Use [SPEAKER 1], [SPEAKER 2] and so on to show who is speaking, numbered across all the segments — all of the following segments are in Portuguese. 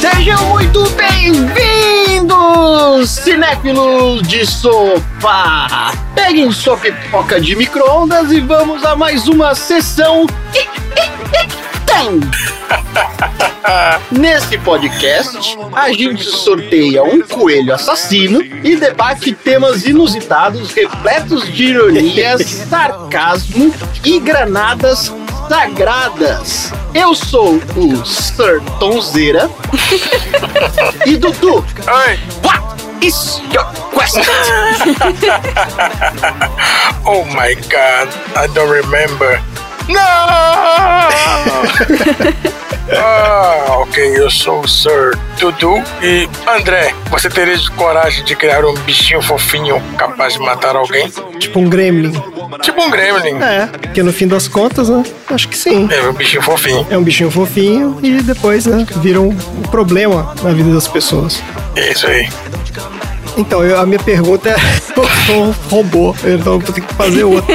[SPEAKER 1] Sejam muito bem-vindos, cinéfilos de sofá! Peguem sua pipoca de micro-ondas e vamos a mais uma sessão. Tem! Nesse podcast, a gente sorteia um coelho assassino e debate temas inusitados repletos de ironias, sarcasmo e granadas sagradas. Eu sou o Sir Tonzeira e Dudu.
[SPEAKER 2] Oi,
[SPEAKER 1] What is your question?
[SPEAKER 2] oh my god, I don't remember. Não! ah, ok, eu sou o Sir Dudu e André, você teria coragem de criar um bichinho fofinho capaz de matar alguém?
[SPEAKER 3] Tipo um gremlin.
[SPEAKER 2] Tipo um gremlin.
[SPEAKER 3] É, porque no fim das contas, né? Acho que sim.
[SPEAKER 2] É, um bichinho fofinho.
[SPEAKER 3] É um bichinho fofinho e depois, né, vira um um problema na vida das pessoas.
[SPEAKER 2] É isso aí.
[SPEAKER 3] Então, eu- a minha pergunta é: eu sou um robô, então eu vou ter que fazer outra.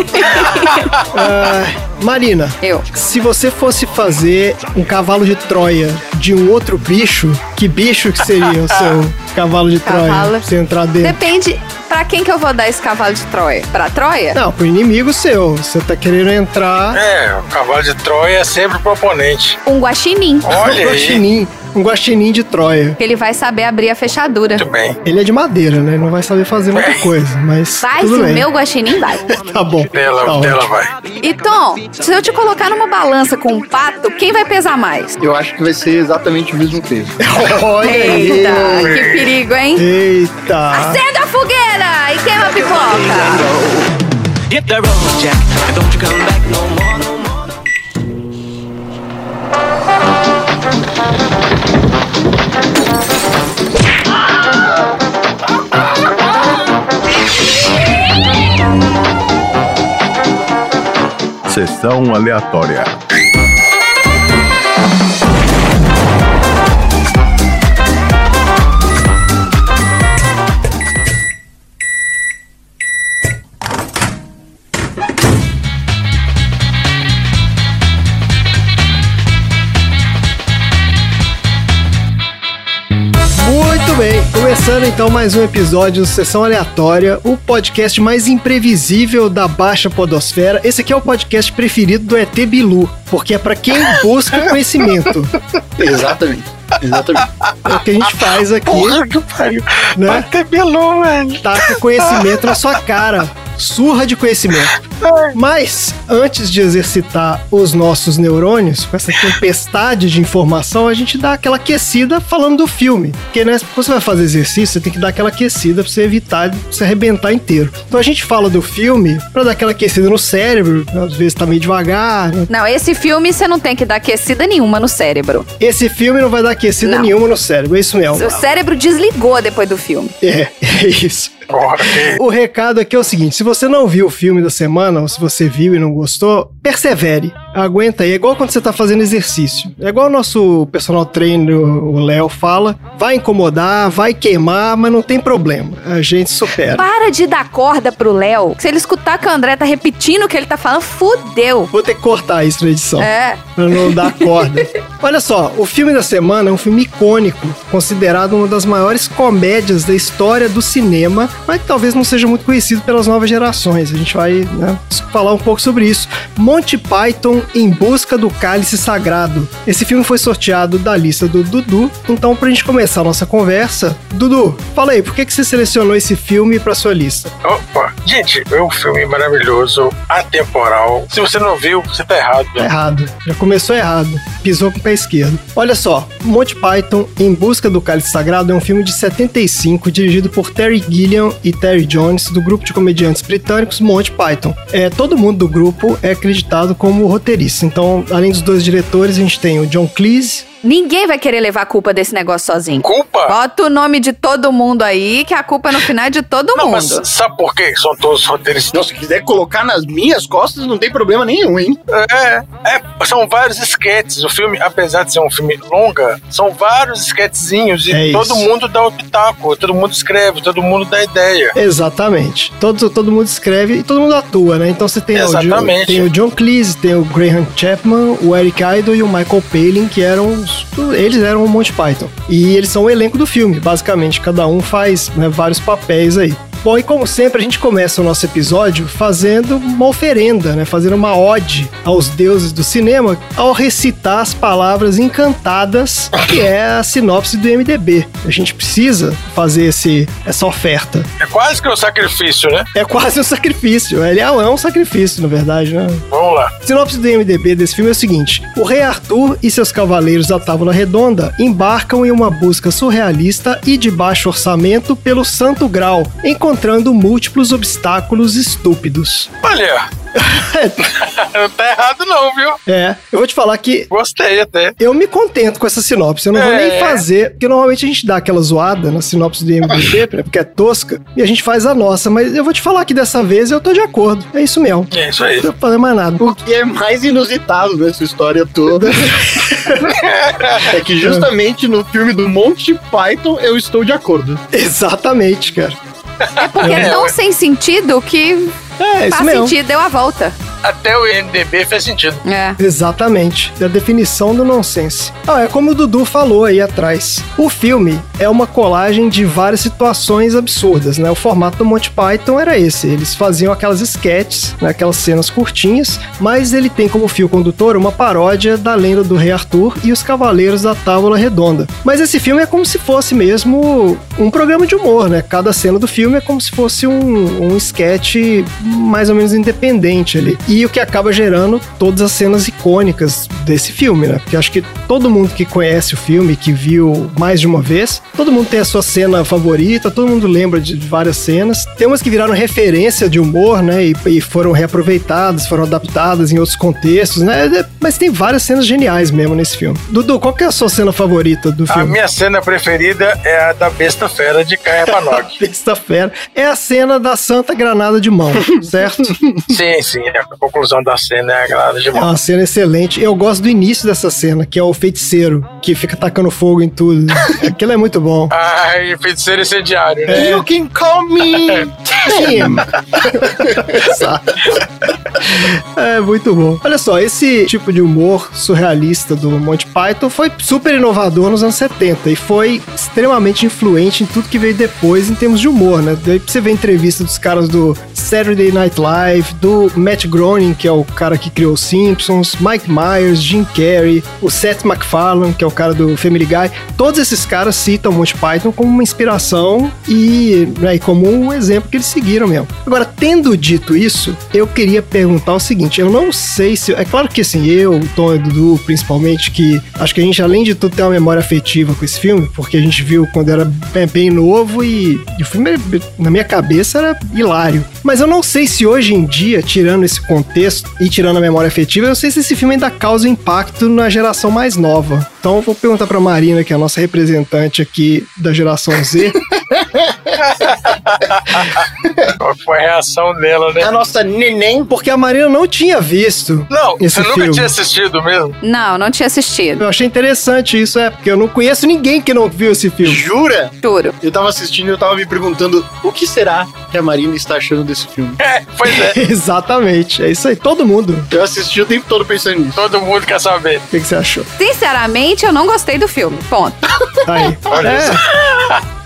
[SPEAKER 3] Ah, Marina,
[SPEAKER 4] Eu.
[SPEAKER 3] se você fosse fazer um cavalo de Troia de um outro bicho, que bicho que seria o seu cavalo de Troia?
[SPEAKER 4] Cavalo.
[SPEAKER 3] Pra você entrar dentro?
[SPEAKER 4] Depende pra quem que eu vou dar esse cavalo de Troia. Pra Troia?
[SPEAKER 3] Não, pro inimigo seu. Você tá querendo entrar
[SPEAKER 2] É, o cavalo de Troia é sempre proponente.
[SPEAKER 4] Um guaxinim.
[SPEAKER 3] um
[SPEAKER 2] Olha aí.
[SPEAKER 3] guaxinim. Um guaxinim de Troia.
[SPEAKER 4] que Ele vai saber abrir a fechadura.
[SPEAKER 2] Muito bem.
[SPEAKER 3] Ele é de madeira, né? Não vai saber fazer muita coisa, mas
[SPEAKER 4] Vai, se
[SPEAKER 3] tudo
[SPEAKER 4] o
[SPEAKER 3] bem.
[SPEAKER 4] meu guaxinim vai.
[SPEAKER 3] Tá bom.
[SPEAKER 2] Dela,
[SPEAKER 3] tá
[SPEAKER 2] dela
[SPEAKER 3] ótimo.
[SPEAKER 2] vai.
[SPEAKER 4] E Tom, se eu te colocar numa balança com um pato, quem vai pesar mais?
[SPEAKER 1] Eu acho que vai ser exatamente o mesmo peso.
[SPEAKER 3] Olha aí.
[SPEAKER 4] Eita, que perigo, hein?
[SPEAKER 3] Eita.
[SPEAKER 4] Acenda a fogueira e queima a pipoca.
[SPEAKER 5] Hit the road, Jack, and don't you come back no more, no more.
[SPEAKER 6] Sessão aleatória.
[SPEAKER 3] Muito bem. Começando então mais um episódio do Sessão Aleatória, o podcast mais imprevisível da baixa podosfera. Esse aqui é o podcast preferido do ET Bilu, porque é pra quem busca conhecimento.
[SPEAKER 1] Exatamente. Exatamente.
[SPEAKER 3] É o que a gente faz aqui,
[SPEAKER 2] Porra que pariu.
[SPEAKER 3] né?
[SPEAKER 2] Até belou, velho.
[SPEAKER 3] Taca tá conhecimento na sua cara. Surra de conhecimento. Mas, antes de exercitar os nossos neurônios, com essa tempestade de informação, a gente dá aquela aquecida falando do filme. Porque, né, quando você vai fazer exercício, você tem que dar aquela aquecida pra você evitar de se arrebentar inteiro. Então a gente fala do filme pra dar aquela aquecida no cérebro, às vezes tá meio devagar. né?
[SPEAKER 4] Não, esse filme você não tem que dar aquecida nenhuma no cérebro.
[SPEAKER 3] Esse filme não vai dar aquecida
[SPEAKER 4] Não.
[SPEAKER 3] nenhuma no cérebro, é isso mesmo.
[SPEAKER 4] Seu cérebro desligou depois do filme.
[SPEAKER 3] É, é isso.
[SPEAKER 2] Porra, que...
[SPEAKER 3] O recado aqui é o seguinte: se você não viu o filme da semana, ou se você viu e não gostou, persevere. Aguenta aí. É igual quando você tá fazendo exercício. É igual o nosso personal trainer, o Léo, fala: vai incomodar, vai queimar, mas não tem problema. A gente supera.
[SPEAKER 4] Para de dar corda pro Léo. Se ele escutar que o André tá repetindo o que ele tá falando, fudeu.
[SPEAKER 3] Vou ter que cortar isso na edição.
[SPEAKER 4] É.
[SPEAKER 3] Pra não dar corda. Olha só, o filme da semana é um filme icônico, considerado uma das maiores comédias da história do cinema, mas que talvez não seja muito conhecido pelas novas gerações. A gente vai né, falar um pouco sobre isso. Monty Python em busca do cálice sagrado. Esse filme foi sorteado da lista do Dudu. Então, pra gente começar a nossa conversa, Dudu, fala aí, por que, que você selecionou esse filme pra sua lista?
[SPEAKER 2] Opa! Gente, é um filme maravilhoso, atemporal. Se você não viu, você tá errado.
[SPEAKER 3] Tá
[SPEAKER 2] né?
[SPEAKER 3] errado. Já começou errado. Pisou com o pé esquerdo. Olha só, Monty Python em busca do cálice sagrado é um filme de 75 dirigido por Terry Gilliam e Terry Jones do grupo de comediantes britânicos Monty Python. É, todo mundo do grupo é acreditado como roteirista. Então, além dos dois diretores, a gente tem o John Cleese,
[SPEAKER 4] Ninguém vai querer levar a culpa desse negócio sozinho.
[SPEAKER 2] Culpa?
[SPEAKER 4] Bota o nome de todo mundo aí, que a culpa no final é de todo
[SPEAKER 2] Não, mas
[SPEAKER 4] mundo.
[SPEAKER 2] sabe por que são todos roteiristas?
[SPEAKER 1] Não, se quiser colocar nas minhas costas, não tem problema nenhum, hein?
[SPEAKER 2] É, é, são vários esquetes. O filme, apesar de ser um filme longa, são vários esquetezinhos e
[SPEAKER 3] É isso.
[SPEAKER 2] todo mundo dá o pitaco, todo mundo escreve, todo mundo dá ideia.
[SPEAKER 3] Exatamente. Todo, todo mundo escreve e todo mundo atua, né? Então você tem, o, John,
[SPEAKER 2] Exatamente.
[SPEAKER 3] tem o John Cleese, tem o Graham Chapman, o Eric Idle e o Michael Palin, que eram os- eles eram o Monty Python. E eles são o elenco do filme, basicamente. Cada um faz né, vários papéis aí. Bom, e como sempre, a gente começa o nosso episódio fazendo uma oferenda, né? Fazendo uma ode aos deuses do cinema ao recitar as palavras encantadas, que é a sinopse do MDB. A gente precisa fazer esse, essa oferta.
[SPEAKER 2] É quase que um sacrifício, né?
[SPEAKER 3] É quase um sacrifício. Ele é um é um sacrifício, na verdade, né?
[SPEAKER 2] Vamos lá.
[SPEAKER 3] Sinopse do MDB desse filme é o seguinte: O rei Arthur e seus cavaleiros da Távola Redonda embarcam em uma busca surrealista e de baixo orçamento pelo Santo Grau, encontrando múltiplos obstáculos estúpidos.
[SPEAKER 2] Olha, não tá errado não, viu?
[SPEAKER 3] É, eu vou te falar que
[SPEAKER 2] Gostei até.
[SPEAKER 3] Eu me contento com essa sinopse. Eu não vou
[SPEAKER 2] É.
[SPEAKER 3] nem fazer, porque normalmente a gente dá aquela zoada na sinopse do IMDb, porque é tosca, e a gente faz a nossa. Mas eu vou te falar que dessa vez eu tô de acordo. É isso mesmo.
[SPEAKER 2] É isso aí.
[SPEAKER 3] Não tô falando mais nada.
[SPEAKER 1] O que é mais inusitado nessa história toda é que justamente no filme do Monty Python eu estou de acordo.
[SPEAKER 3] Exatamente, cara.
[SPEAKER 4] É porque é tão sem sentido que
[SPEAKER 3] É, isso
[SPEAKER 4] faz
[SPEAKER 3] mesmo.
[SPEAKER 4] sentido, deu a volta.
[SPEAKER 2] Até o IMDB fez sentido.
[SPEAKER 4] É.
[SPEAKER 3] Exatamente, é a definição do nonsense. Ah, é como o Dudu falou aí atrás. O filme é uma colagem de várias situações absurdas, né? O formato do Monty Python era esse. Eles faziam aquelas sketches, né? aquelas cenas curtinhas, mas ele tem como fio condutor uma paródia da lenda do Rei Arthur e os Cavaleiros da Távola Redonda. Mas esse filme é como se fosse mesmo um programa de humor, né? Cada cena do filme é como se fosse um, um sketch mais ou menos independente ali. E o que acaba gerando todas as cenas icônicas desse filme, né? Porque eu acho que todo mundo que conhece o filme, que viu mais de uma vez, todo mundo tem a sua cena favorita, todo mundo lembra de várias cenas. Tem umas que viraram referência de humor, né? E, e foram reaproveitadas, foram adaptadas em outros contextos, né? Mas tem várias cenas geniais mesmo nesse filme. Dudu, qual que é a sua cena favorita do
[SPEAKER 2] A
[SPEAKER 3] filme?
[SPEAKER 2] minha cena preferida é a da besta fera de Caia Panock.
[SPEAKER 3] Sexta-feira é a cena da Santa Granada de Mão, certo?
[SPEAKER 2] sim, sim, é a conclusão da cena é a grada de
[SPEAKER 3] É
[SPEAKER 1] Tá.
[SPEAKER 2] mão.
[SPEAKER 3] uma cena excelente. Eu gosto do início dessa cena, que é o feiticeiro, que fica tacando fogo em tudo. Aquilo é muito bom.
[SPEAKER 2] Ai, feiticeiro incendiário, né?
[SPEAKER 1] You can call me!
[SPEAKER 3] É. Sim. Exato. É muito bom. Olha só, esse tipo de humor surrealista do Monty Python foi super inovador nos anos 70 e foi extremamente influente em tudo que veio depois em termos de humor, né? Daí você vê entrevista dos caras do Saturday Night Live, do Matt Groening, que é o cara que criou os Simpsons, Mike Myers, Jim Carrey, o Seth MacFarlane, que é o cara do Family Guy. Todos esses caras citam Monty Python como uma inspiração e, né, e como um exemplo que eles seguiram mesmo. Agora, tendo dito isso, eu queria perguntar o seguinte: eu não sei se. É claro que assim, eu, o Tom e o Dudu, principalmente, que acho que a gente, além de tudo, tem uma memória afetiva com esse filme, porque a gente viu quando era bem, bem novo e, e o filme, era- na minha cabeça, era hilário. Mas eu não sei se hoje em dia, tirando esse contexto e tirando a memória afetiva, eu não sei se esse filme ainda causa impacto na geração mais nova. Então eu vou perguntar pra Marina, que é a nossa representante aqui da geração Z. É.
[SPEAKER 2] Qual foi a reação dela, né?
[SPEAKER 1] A nossa neném.
[SPEAKER 3] Porque a Marina não tinha visto.
[SPEAKER 2] Não,
[SPEAKER 3] Esse
[SPEAKER 2] você nunca
[SPEAKER 3] filme.
[SPEAKER 2] tinha assistido mesmo?
[SPEAKER 4] Não, não tinha assistido.
[SPEAKER 3] Eu achei interessante isso, é, porque eu não conheço ninguém que não viu esse filme.
[SPEAKER 1] Jura?
[SPEAKER 4] Juro.
[SPEAKER 1] Eu tava assistindo e eu tava me perguntando o que será que a Marina está achando desse filme.
[SPEAKER 2] É, pois é.
[SPEAKER 3] Exatamente, é isso aí, todo mundo.
[SPEAKER 1] Eu assisti o tempo todo pensando nisso.
[SPEAKER 2] Todo mundo quer saber.
[SPEAKER 3] O que, que você achou?
[SPEAKER 4] Sinceramente, eu não gostei do filme. Ponto.
[SPEAKER 3] Tá Aí.
[SPEAKER 2] Olha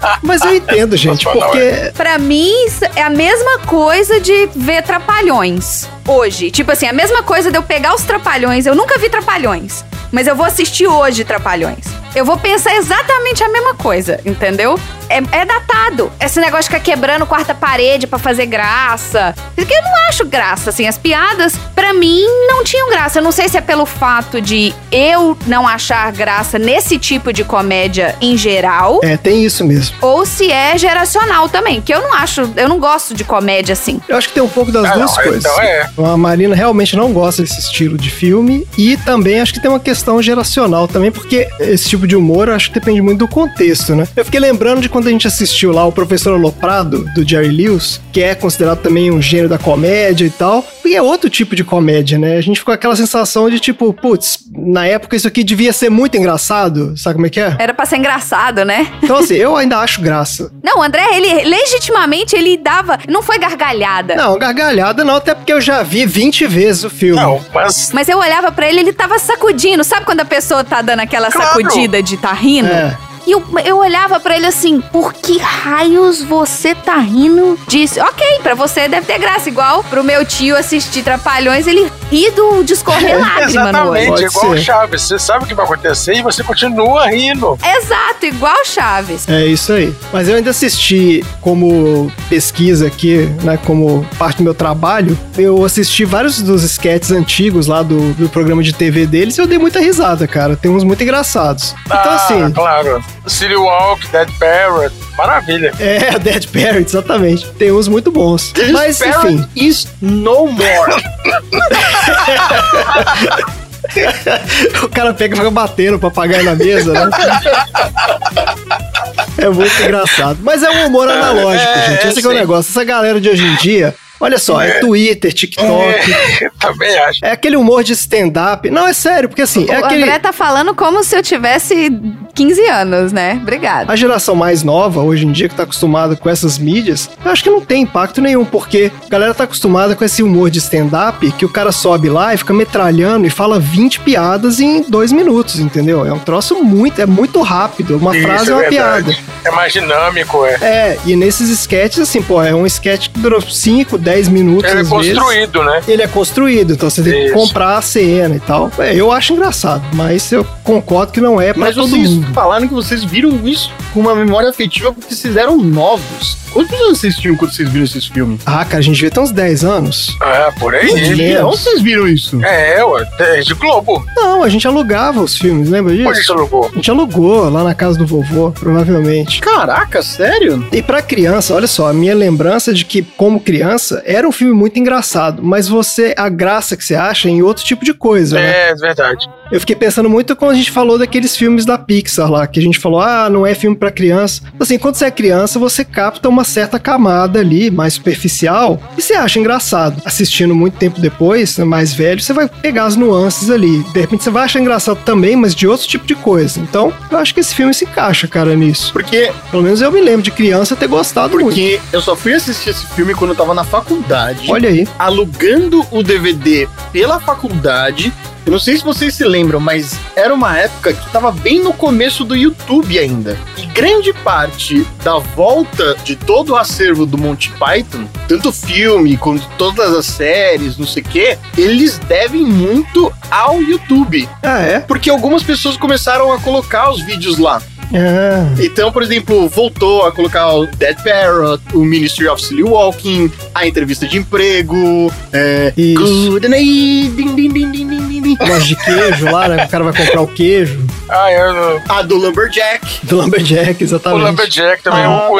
[SPEAKER 3] É. Mas eu entendo, gente, porque.
[SPEAKER 4] Pra mim, isso é a mesma coisa de ver Trapalhões hoje. Tipo assim, a mesma coisa de eu pegar os Trapalhões. Eu nunca vi Trapalhões, mas eu vou assistir hoje Trapalhões. eu vou pensar exatamente a mesma coisa, entendeu? É, é datado. Esse negócio de ficar quebrando quarta parede pra fazer graça. Porque eu não acho graça, assim. As piadas, pra mim, não tinham graça. Eu não sei se é pelo fato de eu não achar graça nesse tipo de comédia em geral.
[SPEAKER 3] É, tem isso mesmo.
[SPEAKER 4] Ou se é geracional também, que eu não acho, eu não gosto de comédia assim.
[SPEAKER 3] Eu acho que tem um pouco das
[SPEAKER 2] Ah,
[SPEAKER 3] duas
[SPEAKER 2] não,
[SPEAKER 3] coisas.
[SPEAKER 2] então é.
[SPEAKER 3] A Marina realmente não gosta desse estilo de filme e também acho que tem uma questão geracional também, porque esse tipo de humor eu acho que depende muito do contexto, né? Eu fiquei lembrando de quando a gente assistiu lá o Professor Aloprado, do Jerry Lewis, que é considerado também um gênio da comédia e tal, e é outro tipo de comédia, né? A gente ficou com aquela sensação de tipo, putz, na época isso aqui devia ser muito engraçado, sabe como é que é?
[SPEAKER 4] Era pra ser engraçado, né?
[SPEAKER 3] Então assim, eu ainda acho graça.
[SPEAKER 4] Não, o André, ele legitimamente ele dava, não foi gargalhada.
[SPEAKER 3] Não, gargalhada não, até porque eu já vi 20 vezes o filme.
[SPEAKER 2] Não, mas
[SPEAKER 4] Mas eu olhava pra ele, ele tava sacudindo. Sabe quando a pessoa tá dando aquela
[SPEAKER 2] Claro.
[SPEAKER 4] sacudida de tá rindo?
[SPEAKER 3] É.
[SPEAKER 4] E eu, eu olhava pra ele assim, por que raios você tá rindo disso? Ok, pra você deve ter graça. Igual pro meu tio assistir Trapalhões, ele ri do descorrer lágrima no olho.
[SPEAKER 2] exatamente,
[SPEAKER 3] Pode
[SPEAKER 2] igual o
[SPEAKER 3] ser.
[SPEAKER 2] Chaves. Você sabe o que vai acontecer e você continua rindo.
[SPEAKER 4] Exato, igual Chaves.
[SPEAKER 3] É isso aí. Mas eu ainda assisti como pesquisa aqui, né? Como parte do meu trabalho. Eu assisti vários dos sketches antigos lá do, do programa de TV deles e eu dei muita risada, cara. Tem uns muito engraçados. Então,
[SPEAKER 2] Ah,
[SPEAKER 3] assim,
[SPEAKER 2] claro. City Walk, Dead Parrot, maravilha.
[SPEAKER 3] é Dead Parrot, exatamente. Tem uns muito bons.
[SPEAKER 1] This
[SPEAKER 3] Mas,
[SPEAKER 1] parrot
[SPEAKER 3] enfim,
[SPEAKER 1] is no more.
[SPEAKER 3] o cara pega e fica batendo o papagaio na mesa, né? É muito engraçado. Mas é um humor analógico,
[SPEAKER 2] É,
[SPEAKER 3] gente.
[SPEAKER 2] é,
[SPEAKER 3] Esse que é o
[SPEAKER 2] sim.
[SPEAKER 3] negócio. Essa galera de hoje em dia, olha só, é Twitter,
[SPEAKER 2] É.
[SPEAKER 3] TikTok,
[SPEAKER 2] Eu também acho.
[SPEAKER 3] É aquele humor de stand-up. Não, é sério, porque assim, é
[SPEAKER 4] o
[SPEAKER 3] aquele.
[SPEAKER 4] André tá falando como se eu tivesse 15 anos, né? Obrigada.
[SPEAKER 3] A geração mais nova, hoje em dia, que tá acostumada com essas mídias, eu acho que não tem impacto nenhum, porque a galera tá acostumada com esse humor de stand-up que o cara sobe lá e fica metralhando e fala 20 piadas em dois minutos, entendeu? É um troço muito, é muito rápido. Uma frase é uma piada.
[SPEAKER 2] É mais dinâmico, é.
[SPEAKER 3] É, e nesses sketches, assim, pô, é um sketch que durou 5, 10 minutos.
[SPEAKER 2] Ele é
[SPEAKER 3] às vezes.
[SPEAKER 2] construído, né?
[SPEAKER 3] ele é construído, então você tem que
[SPEAKER 2] Isso.
[SPEAKER 3] comprar a cena e tal. É, eu acho engraçado, mas eu concordo que não é pra
[SPEAKER 1] Mas
[SPEAKER 3] todo
[SPEAKER 1] vocês
[SPEAKER 3] mundo.
[SPEAKER 1] falaram que vocês viram isso com uma memória afetiva porque vocês eram novos. Quantos anos vocês tinham quando vocês viram esses filmes?
[SPEAKER 3] Ah, cara, a gente devia ter uns 10 anos.
[SPEAKER 2] Ah, por aí.
[SPEAKER 3] Entendi.
[SPEAKER 1] Onde
[SPEAKER 3] lembro.
[SPEAKER 1] vocês viram isso?
[SPEAKER 2] É, ué, é de Globo.
[SPEAKER 3] Não, a gente alugava os filmes, lembra disso?
[SPEAKER 2] Onde você alugou?
[SPEAKER 3] A gente alugou lá na casa do vovô, provavelmente.
[SPEAKER 1] Caraca, sério?
[SPEAKER 3] E pra criança, olha só, a minha lembrança de que, como criança, era um filme muito engraçado, mas você, a graça que você acha é em outro tipo de coisa,
[SPEAKER 2] É,
[SPEAKER 3] né?
[SPEAKER 2] é verdade.
[SPEAKER 3] Eu fiquei pensando muito quando a gente falou daqueles filmes da Pixar lá, que a gente falou, ah, não é filme pra criança. Assim, quando você é criança, você capta uma certa camada ali, mais superficial, e você acha engraçado. Assistindo muito tempo depois, né, mais velho, você vai pegar as nuances ali. De repente você vai achar engraçado também, mas de outro tipo de coisa. Então, eu acho que esse filme se encaixa, cara, nisso.
[SPEAKER 1] Porque,
[SPEAKER 3] Pelo menos eu me lembro de criança ter gostado muito.
[SPEAKER 1] porque eu só fui assistir esse filme quando eu tava na faculdade.
[SPEAKER 3] Olha aí.
[SPEAKER 1] alugando o DVD pela faculdade. Eu não sei se vocês se lembram, mas era uma época que estava bem no começo do YouTube ainda. E grande parte da volta de todo o acervo do Monty Python, tanto o filme quanto todas as séries, não sei o quê, eles devem muito ao YouTube.
[SPEAKER 3] Ah, é?
[SPEAKER 1] Porque algumas pessoas começaram a colocar os vídeos lá.
[SPEAKER 3] Ah.
[SPEAKER 1] Então, por exemplo, voltou a colocar o Dead Parrot, o Ministry of Silly Walking, a entrevista de emprego, é,
[SPEAKER 3] Isso.
[SPEAKER 1] Good night, din, din, din, din, din, din, din.
[SPEAKER 3] Loja de queijo lá, né? O cara vai comprar o queijo.
[SPEAKER 2] Ah, eu,
[SPEAKER 1] a do Lumberjack,
[SPEAKER 3] Do Lumberjack,
[SPEAKER 2] o
[SPEAKER 3] exatamente.
[SPEAKER 2] Lumberjack também,
[SPEAKER 3] Ah,
[SPEAKER 2] o, o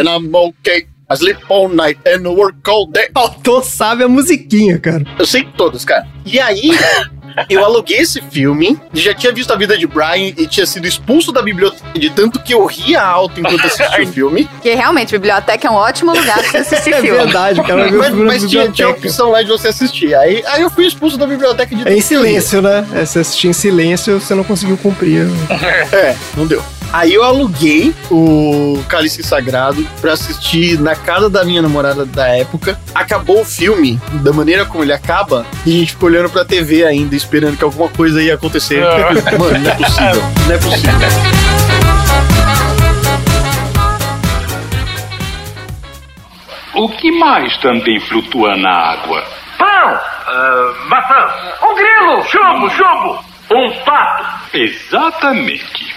[SPEAKER 2] Spam.
[SPEAKER 1] and I'm okay. I sleep all night and work all day. Oh,
[SPEAKER 3] O autor sabe a musiquinha, cara.
[SPEAKER 1] Eu sei todos, cara. E aí, eu aluguei esse filme, já tinha visto a vida de Brian e tinha sido expulso da biblioteca de tanto que eu ria alto enquanto assistia o filme.
[SPEAKER 4] Porque realmente, biblioteca é um ótimo lugar pra você assistir
[SPEAKER 3] É
[SPEAKER 4] filme.
[SPEAKER 3] verdade, cara. é
[SPEAKER 1] Mas, mas tinha, tinha a
[SPEAKER 3] biblioteca.
[SPEAKER 1] opção lá de você assistir. Aí, aí eu fui expulso da biblioteca de
[SPEAKER 3] É em
[SPEAKER 1] tanto que eu ria.
[SPEAKER 3] silêncio, né? É, você assistir em silêncio, você não conseguiu cumprir. né?
[SPEAKER 1] É, não deu. Aí eu aluguei o Cálice Sagrado pra assistir na casa da minha namorada da época. Acabou o filme, da maneira como ele acaba, e a gente ficou olhando pra TV ainda, esperando que alguma coisa ia acontecer.
[SPEAKER 2] Não.
[SPEAKER 1] Mano, não é possível. Não é possível.
[SPEAKER 7] O que mais também flutua na água?
[SPEAKER 8] Pão! ah,
[SPEAKER 7] Hum.
[SPEAKER 8] maçã! Um grilo! Chumbo, chumbo! Um pato!
[SPEAKER 7] Exatamente.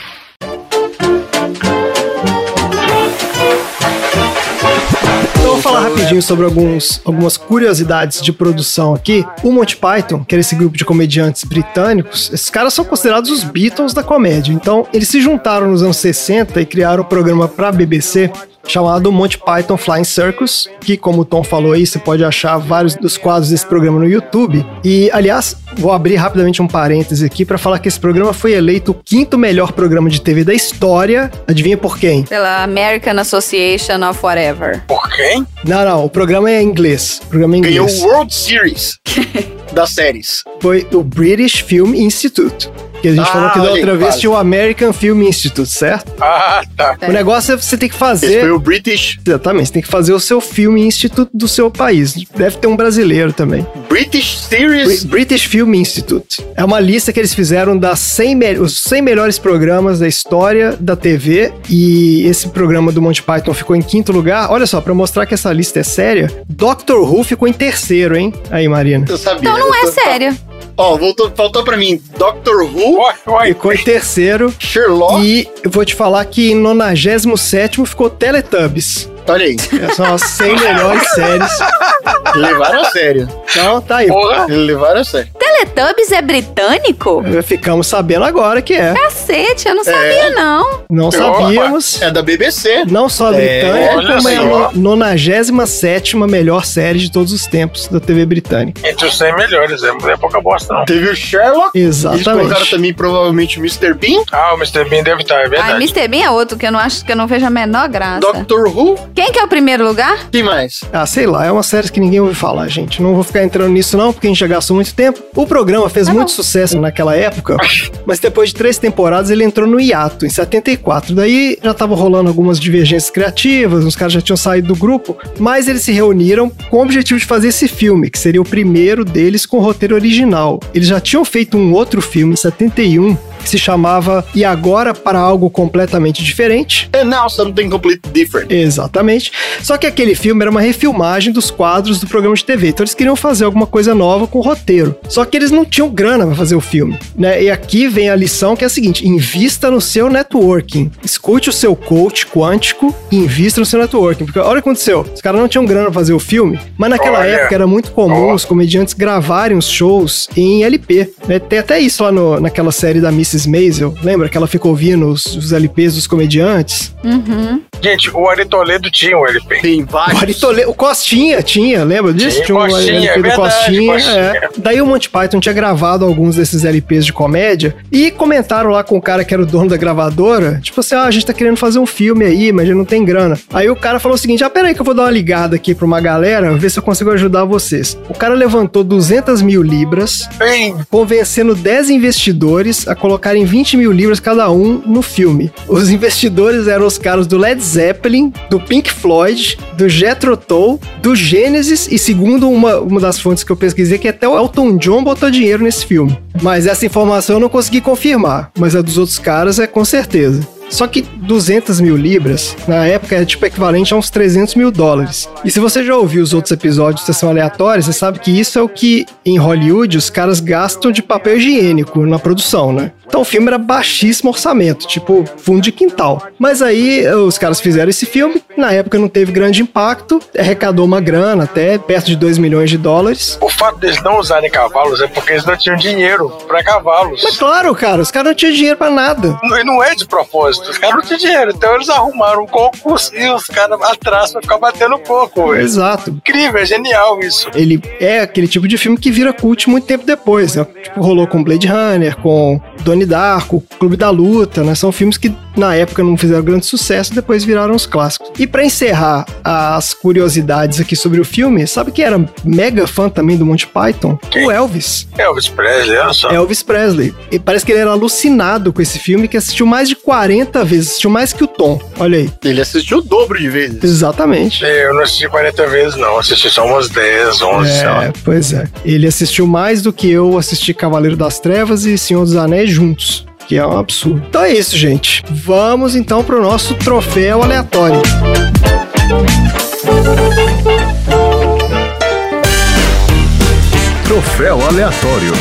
[SPEAKER 3] Então, eu vou falar rapidinho sobre alguns, algumas curiosidades de produção aqui. O Monty Python, que era esse grupo de comediantes britânicos, esses caras são considerados os Beatles da comédia. Então, eles se juntaram nos anos 60 e criaram um programa para BBC chamado Monty Python Flying Circus, que como o Tom falou aí, você pode achar vários dos quadros desse programa no YouTube. E, aliás, vou abrir rapidamente um parêntese aqui para falar que esse programa foi eleito o quinto melhor programa de TV da história. Adivinha por quem?
[SPEAKER 4] Pela American Association of Whatever.
[SPEAKER 2] Por quem?
[SPEAKER 3] Não, não, o programa é em inglês. O programa é em
[SPEAKER 1] Ganhou
[SPEAKER 3] inglês.
[SPEAKER 1] o World Series das séries.
[SPEAKER 3] Foi o British Film Institute. Que a gente
[SPEAKER 1] Ah,
[SPEAKER 3] falou que da
[SPEAKER 1] olha aí,
[SPEAKER 3] outra vez
[SPEAKER 1] quase.
[SPEAKER 3] tinha o American Film Institute, certo?
[SPEAKER 2] Ah, tá.
[SPEAKER 4] É.
[SPEAKER 3] O negócio é você ter que
[SPEAKER 1] Esse foi
[SPEAKER 3] fazer.
[SPEAKER 1] o British,
[SPEAKER 3] Exatamente, você tem que fazer o seu filme Institute do seu país. Deve ter um brasileiro também.
[SPEAKER 1] British Series.
[SPEAKER 3] Br- British Film Institute. É uma lista que eles fizeram das 100 me- os 100 melhores programas da história da TV e esse programa do Monty Python ficou em quinto lugar. Olha só, pra mostrar que essa lista é séria, Doctor Who ficou em terceiro, hein? Aí, Marina.
[SPEAKER 1] Eu sabia.
[SPEAKER 4] Então não
[SPEAKER 1] Eu
[SPEAKER 4] é
[SPEAKER 1] tô-
[SPEAKER 4] sério.
[SPEAKER 1] Ó, voltou, faltou pra mim Doctor Who,
[SPEAKER 2] Uai, uai.
[SPEAKER 3] Ficou em terceiro.
[SPEAKER 1] Sherlock.
[SPEAKER 3] E eu vou te falar que em 97 ficou Teletubbies.
[SPEAKER 1] Olha aí,
[SPEAKER 3] Essas são as 100 melhores séries.
[SPEAKER 1] levaram a sério.
[SPEAKER 3] Então, tá aí.
[SPEAKER 2] Porra.
[SPEAKER 1] Levaram a sério.
[SPEAKER 4] Teletubbies é britânico?
[SPEAKER 3] Ficamos sabendo agora que é.
[SPEAKER 4] Cacete, eu não sabia, não.
[SPEAKER 3] Não sabíamos.
[SPEAKER 1] É da BBC.
[SPEAKER 3] Não só a
[SPEAKER 1] É,
[SPEAKER 3] britânica,
[SPEAKER 2] olha
[SPEAKER 3] como é
[SPEAKER 2] só.
[SPEAKER 3] a no- 97 melhor série de todos os tempos da TV britânica.
[SPEAKER 2] Entre os 100 melhores, é, não é pouca bosta, não.
[SPEAKER 1] Teve o Sherlock. Eles colocaram
[SPEAKER 3] Exatamente.
[SPEAKER 1] também provavelmente o Mr. Bean,
[SPEAKER 2] Ah, o Mr. Bean deve estar, é
[SPEAKER 4] Ah,
[SPEAKER 2] verdade.
[SPEAKER 4] Mr. Bean é outro que eu não acho que eu não vejo a menor graça.
[SPEAKER 1] Doctor Who.
[SPEAKER 4] Quem que é o primeiro lugar?
[SPEAKER 1] Quem mais?
[SPEAKER 3] Ah, sei lá, é uma série que ninguém ouve falar, gente. Não vou ficar entrando nisso, não, porque a gente já gastou muito tempo. O programa fez
[SPEAKER 4] Tá
[SPEAKER 3] muito
[SPEAKER 4] bom.
[SPEAKER 3] sucesso naquela época, mas depois de três temporadas ele entrou no hiato, em 74. Daí já tava rolando algumas divergências criativas, os caras já tinham saído do grupo, mas eles se reuniram com o objetivo de fazer esse filme, que seria o primeiro deles com o roteiro original. Eles já tinham feito um outro filme em 71 que se chamava E Agora para Algo Completamente Diferente.
[SPEAKER 1] É, não, something completely different.
[SPEAKER 3] Exatamente. Só que aquele filme era uma refilmagem dos quadros do programa de TV. Então eles queriam fazer alguma coisa nova com o roteiro. Só que eles não tinham grana pra fazer o filme, né? E aqui vem a lição que é a seguinte: invista no seu networking. Escute o seu coach quântico e invista no seu networking. Porque olha o que aconteceu. Os caras não tinham grana pra fazer o filme, mas naquela
[SPEAKER 2] Olha.
[SPEAKER 3] época era muito comum
[SPEAKER 2] Ó.
[SPEAKER 3] os comediantes gravarem os shows em LP. né? Tem até isso lá no- naquela série da Mrs. Maisel. Lembra que ela ficou ouvindo os- os LPs dos comediantes?
[SPEAKER 4] Uhum.
[SPEAKER 2] Gente, o Ari Toledo tinha um LP.
[SPEAKER 1] Tem
[SPEAKER 3] O
[SPEAKER 1] vários.
[SPEAKER 3] Ari Toledo- o Costinha tinha, lembra disso?
[SPEAKER 2] Tinha,
[SPEAKER 3] um
[SPEAKER 2] Costinha, é verdade, Costinha.
[SPEAKER 3] é. Daí o Monty Python tinha gravado alguns desses LPs de comédia e comentaram lá com o cara que era o dono da gravadora, tipo assim, ah, a gente tá querendo fazer um filme aí, mas a gente não tem grana. Aí o cara falou o seguinte, ah, peraí que eu vou dar uma ligada aqui pra uma galera, ver se eu consigo ajudar vocês. O cara levantou 200 mil libras,
[SPEAKER 2] Bem,
[SPEAKER 3] convencendo 10 investidores a colocarem 20 mil libras cada um no filme. Os investidores eram os caras do Led Zeppelin, do Pink Floyd, do Jethro Tull, do Genesis e segundo uma, uma das fontes que eu pesquisei, que até o Elton John botou dinheiro nesse filme. Mas essa informação eu não consegui confirmar, mas a dos outros caras é com certeza. Só que 200 mil libras, na época, é tipo equivalente a uns 300 mil dólares. E se você já ouviu os outros episódios de Sessão Aleatória, você sabe que isso é o que, em Hollywood, os caras gastam de papel higiênico na produção, né? Então o filme era baixíssimo orçamento, tipo fundo de quintal. Mas aí os caras fizeram esse filme, na época não teve grande impacto, arrecadou uma grana até, perto de 2 milhões de dólares.
[SPEAKER 2] o fato deles não usarem cavalos é porque eles não tinham dinheiro pra cavalos.
[SPEAKER 3] Mas claro, cara, os caras não tinham dinheiro pra nada.
[SPEAKER 2] Não- E não é de propósito, os caras não tinham dinheiro. Então eles arrumaram um concurso e os caras atrás pra ficar batendo coco. É
[SPEAKER 3] Exato.
[SPEAKER 2] incrível, é genial isso.
[SPEAKER 3] ele é aquele tipo de filme que vira cult muito tempo depois, né? Tipo, rolou com Blade Runner, com Donnie Darko, Clube da Luta, né? São filmes que na época não fizeram grande sucesso, depois viraram os clássicos. E pra encerrar as curiosidades aqui sobre o filme, sabe quem era mega fã também do Monty Python? O Elvis.
[SPEAKER 2] Elvis Presley, olha só.
[SPEAKER 3] Elvis Presley. E parece que ele era alucinado com esse filme, que assistiu mais de 40 vezes, assistiu mais que o Tom. Olha aí.
[SPEAKER 1] Ele assistiu o dobro de vezes.
[SPEAKER 3] Exatamente.
[SPEAKER 2] Eu não assisti 40 vezes, não. Assisti só umas 10, 11, sei lá.
[SPEAKER 3] É, pois é. Ele assistiu mais do que eu assisti Cavaleiro das Trevas e Senhor dos Anéis juntos. Que é um absurdo. Então é isso, gente. Vamos então pro nosso troféu aleatório.
[SPEAKER 6] Troféu aleatório.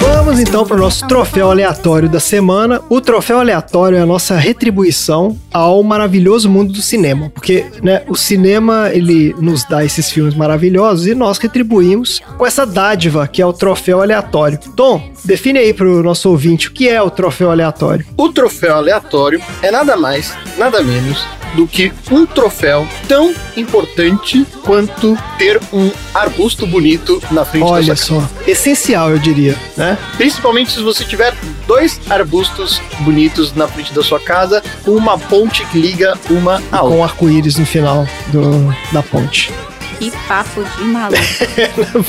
[SPEAKER 3] Vamos então para o nosso troféu aleatório da semana. O troféu aleatório é a nossa retribuição ao maravilhoso mundo do cinema, porque né, o cinema ele nos dá esses filmes maravilhosos e nós retribuímos com essa dádiva que é o troféu aleatório. Tom, define aí para o nosso ouvinte o que é o troféu aleatório.
[SPEAKER 1] O troféu aleatório é nada mais, nada menos do que um troféu tão importante quanto ter um arbusto bonito na frente
[SPEAKER 3] Olha
[SPEAKER 1] da sua
[SPEAKER 3] só, essencial eu diria, né?
[SPEAKER 1] casa. Principalmente se você tiver dois arbustos bonitos na frente da sua casa, com uma ponte que liga uma
[SPEAKER 2] Ah,
[SPEAKER 1] a outra.
[SPEAKER 3] Com arco-íris no final do- da ponte.
[SPEAKER 4] Que papo de maluco.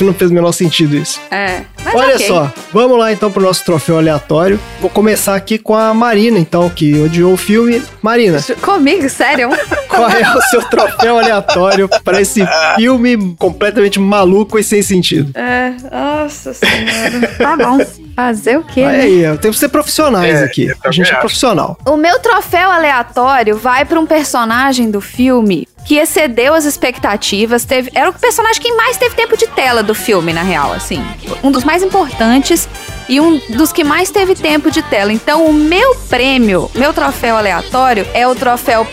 [SPEAKER 3] Não fez o menor sentido isso.
[SPEAKER 4] É. Mas
[SPEAKER 3] Olha
[SPEAKER 4] ok.
[SPEAKER 3] só, vamos lá então pro nosso troféu aleatório. Vou começar aqui com a Marina, então, que odiou o filme. Marina,
[SPEAKER 4] Comigo, sério?
[SPEAKER 3] qual é o seu troféu aleatório para esse filme completamente maluco e sem sentido?
[SPEAKER 4] É, nossa senhora. Tá bom. Fazer o quê?
[SPEAKER 3] Olha
[SPEAKER 4] né?
[SPEAKER 3] aí, eu tenho que ser profissionais
[SPEAKER 2] É,
[SPEAKER 3] aqui.
[SPEAKER 2] eu
[SPEAKER 3] A
[SPEAKER 2] também
[SPEAKER 3] gente é
[SPEAKER 2] acho.
[SPEAKER 3] profissional.
[SPEAKER 4] O meu troféu aleatório vai pra um personagem do filme que excedeu as expectativas. Teve, era o personagem que mais teve tempo de tela do filme, na real, assim. Um dos mais importantes e um dos que mais teve tempo de tela. Então, o meu prêmio, meu troféu aleatório, é o troféu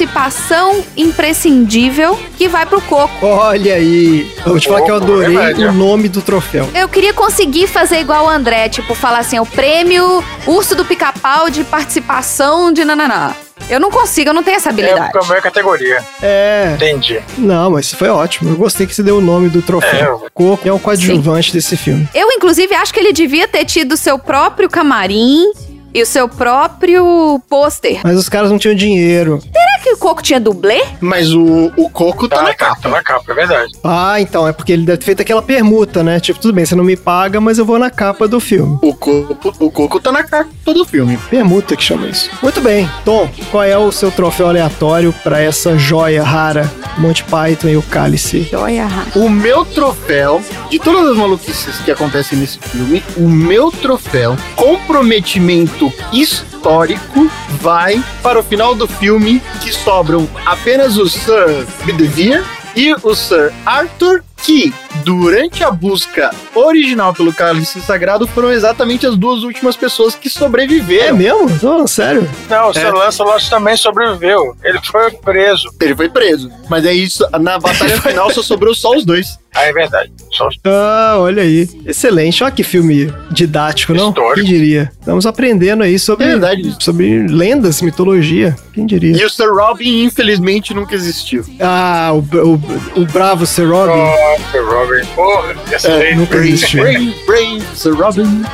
[SPEAKER 4] Participação Imprescindível, que vai pro Coco.
[SPEAKER 3] Olha aí. Eu vou te falar que eu
[SPEAKER 2] Opa,
[SPEAKER 3] adorei
[SPEAKER 2] é verdade,
[SPEAKER 3] o
[SPEAKER 2] ó.
[SPEAKER 3] nome do troféu.
[SPEAKER 4] Eu queria conseguir fazer igual o André, tipo, falar assim, o prêmio Urso do Pica-Pau de participação de nananá. Eu não consigo, eu não tenho essa
[SPEAKER 2] É
[SPEAKER 4] habilidade.
[SPEAKER 2] a minha categoria.
[SPEAKER 3] É.
[SPEAKER 2] Entendi.
[SPEAKER 3] Não, mas foi ótimo. Eu gostei que você deu o nome do troféu. Coco é o coadjuvante desse filme.
[SPEAKER 4] Eu, inclusive, acho que ele devia ter tido o seu próprio camarim e o seu próprio pôster.
[SPEAKER 3] Mas os caras não tinham dinheiro.
[SPEAKER 4] Será que o Coco tinha dublê?
[SPEAKER 1] Mas o, o coco tá, na
[SPEAKER 2] tá,
[SPEAKER 1] capa.
[SPEAKER 2] tá na capa, é verdade.
[SPEAKER 3] Ah, então, é porque ele deve ter feito aquela permuta, né? Tipo, tudo bem, você não me paga, mas eu vou na capa do filme.
[SPEAKER 1] O, coco, o coco tá na capa do filme.
[SPEAKER 3] Permuta que chama isso. Muito bem, Tom, qual é o seu troféu aleatório pra essa joia rara, Monty Python e o Cálice?
[SPEAKER 4] Joia.
[SPEAKER 1] O meu troféu, de todas as maluquices que acontecem nesse filme, o meu troféu, comprometimento histórico, vai para o final do filme, que sobram apenas o Sir Bedivere e o Sir Arthur, que, durante a busca original pelo Cálice Sagrado, foram exatamente as duas últimas pessoas que
[SPEAKER 3] É
[SPEAKER 1] sobreviveram.
[SPEAKER 3] mesmo? Não, sério?
[SPEAKER 2] Não,
[SPEAKER 1] É.
[SPEAKER 2] o seu Lancelot também sobreviveu. Ele foi preso.
[SPEAKER 1] É, Ele foi preso, mas é isso, na batalha final só sobrou só os dois.
[SPEAKER 2] Ah, é verdade. Só os-
[SPEAKER 3] Ah, olha aí. Excelente. Olha que filme didático, não?
[SPEAKER 2] Histórico.
[SPEAKER 3] Quem diria? Estamos aprendendo aí sobre,
[SPEAKER 1] É verdade.
[SPEAKER 3] sobre lendas, mitologia. Quem diria?
[SPEAKER 1] E o Sir Robin, infelizmente, nunca existiu.
[SPEAKER 3] Ah, o, o, o bravo Sir Robin.
[SPEAKER 2] Nossa, Robin. Porra, essa
[SPEAKER 1] É,
[SPEAKER 2] daí-
[SPEAKER 3] nunca existiu.
[SPEAKER 1] Brain, Brain, Sir Robin.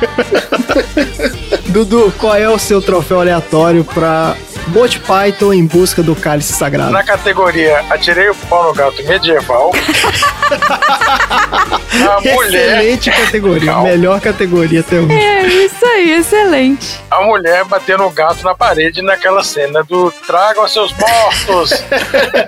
[SPEAKER 3] Dudu, qual é o seu troféu aleatório pra Monty Python em busca do Cálice Sagrado?
[SPEAKER 2] Na categoria Atirei o Pau no Gato Medieval. a mulher,
[SPEAKER 3] Excelente categoria,
[SPEAKER 2] Calma.
[SPEAKER 3] melhor categoria até hoje.
[SPEAKER 4] É isso aí, excelente.
[SPEAKER 2] a mulher batendo o gato na parede naquela cena do Tragam seus mortos.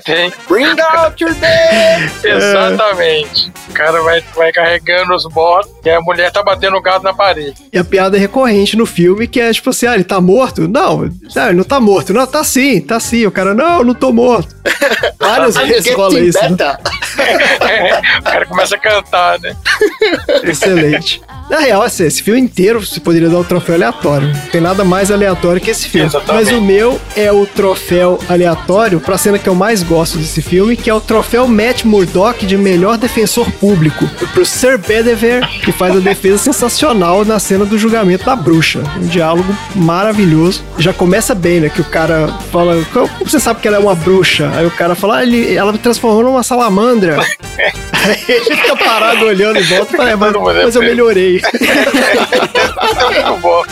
[SPEAKER 2] Tem.
[SPEAKER 1] Bring out your dead!
[SPEAKER 2] Exatamente. O cara vai, vai carregando os mortos e a mulher tá batendo o gato na parede.
[SPEAKER 3] E a piada é recorrente no filme, que é tipo assim, ah, ele tá morto? Não, não, ele não tá morto. Não, tá sim, tá sim. O cara, não, eu não tô morto. Várias
[SPEAKER 1] I'm
[SPEAKER 3] vezes rola
[SPEAKER 1] getting
[SPEAKER 3] isso. né?
[SPEAKER 1] better.
[SPEAKER 2] o cara começa a cantar, né?
[SPEAKER 3] Excelente. Na real, assim, esse filme inteiro você poderia dar um troféu aleatório. Não tem nada mais aleatório que esse filme.
[SPEAKER 2] Exatamente.
[SPEAKER 3] Mas o meu é o troféu aleatório pra cena que eu mais gosto desse filme, que é o troféu Matt Murdock de melhor defensor público. Pro Sir Bedivere, que faz a defesa sensacional na cena do julgamento da bruxa. Um diálogo maravilhoso. Já começa bem, né? Que o cara fala, como você sabe que ela é uma bruxa? Aí o cara fala, "Ah, ele, ela me transformou numa salamandra. Aí ele fica parado olhando em volta e fala, "É, mas,
[SPEAKER 2] Todo mundo é
[SPEAKER 3] mas eu
[SPEAKER 2] feio."
[SPEAKER 3] melhorei.
[SPEAKER 2] É muito bom.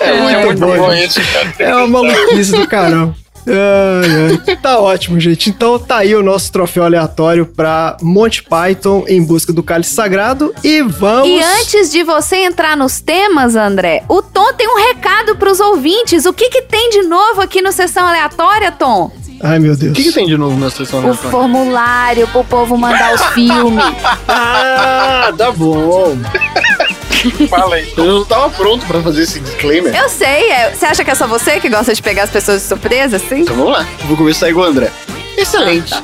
[SPEAKER 2] É,
[SPEAKER 3] muito bom,
[SPEAKER 2] isso, cara.
[SPEAKER 3] É uma maluquice do caramba. Ai, ai. Tá ótimo, gente. Então tá aí o nosso troféu aleatório pra Monty Python em busca do cálice sagrado. E vamos.
[SPEAKER 4] E antes de você entrar nos temas, André, o Tom tem um recado pros ouvintes. O que que tem de novo aqui no Sessão Aleatória, Tom?
[SPEAKER 3] Ai, meu Deus.
[SPEAKER 1] O que, que tem de novo na sessão
[SPEAKER 4] O
[SPEAKER 1] aleatória?
[SPEAKER 4] formulário pro povo mandar os filmes.
[SPEAKER 1] Ah, tá bom.
[SPEAKER 2] Fala aí.
[SPEAKER 1] Eu não tava pronto pra fazer esse disclaimer.
[SPEAKER 4] Eu sei, é- você acha que é só você que gosta de pegar as pessoas de surpresa, assim?
[SPEAKER 1] Ah, tá. Então vamos lá. Vou começar igual o André. Excelente.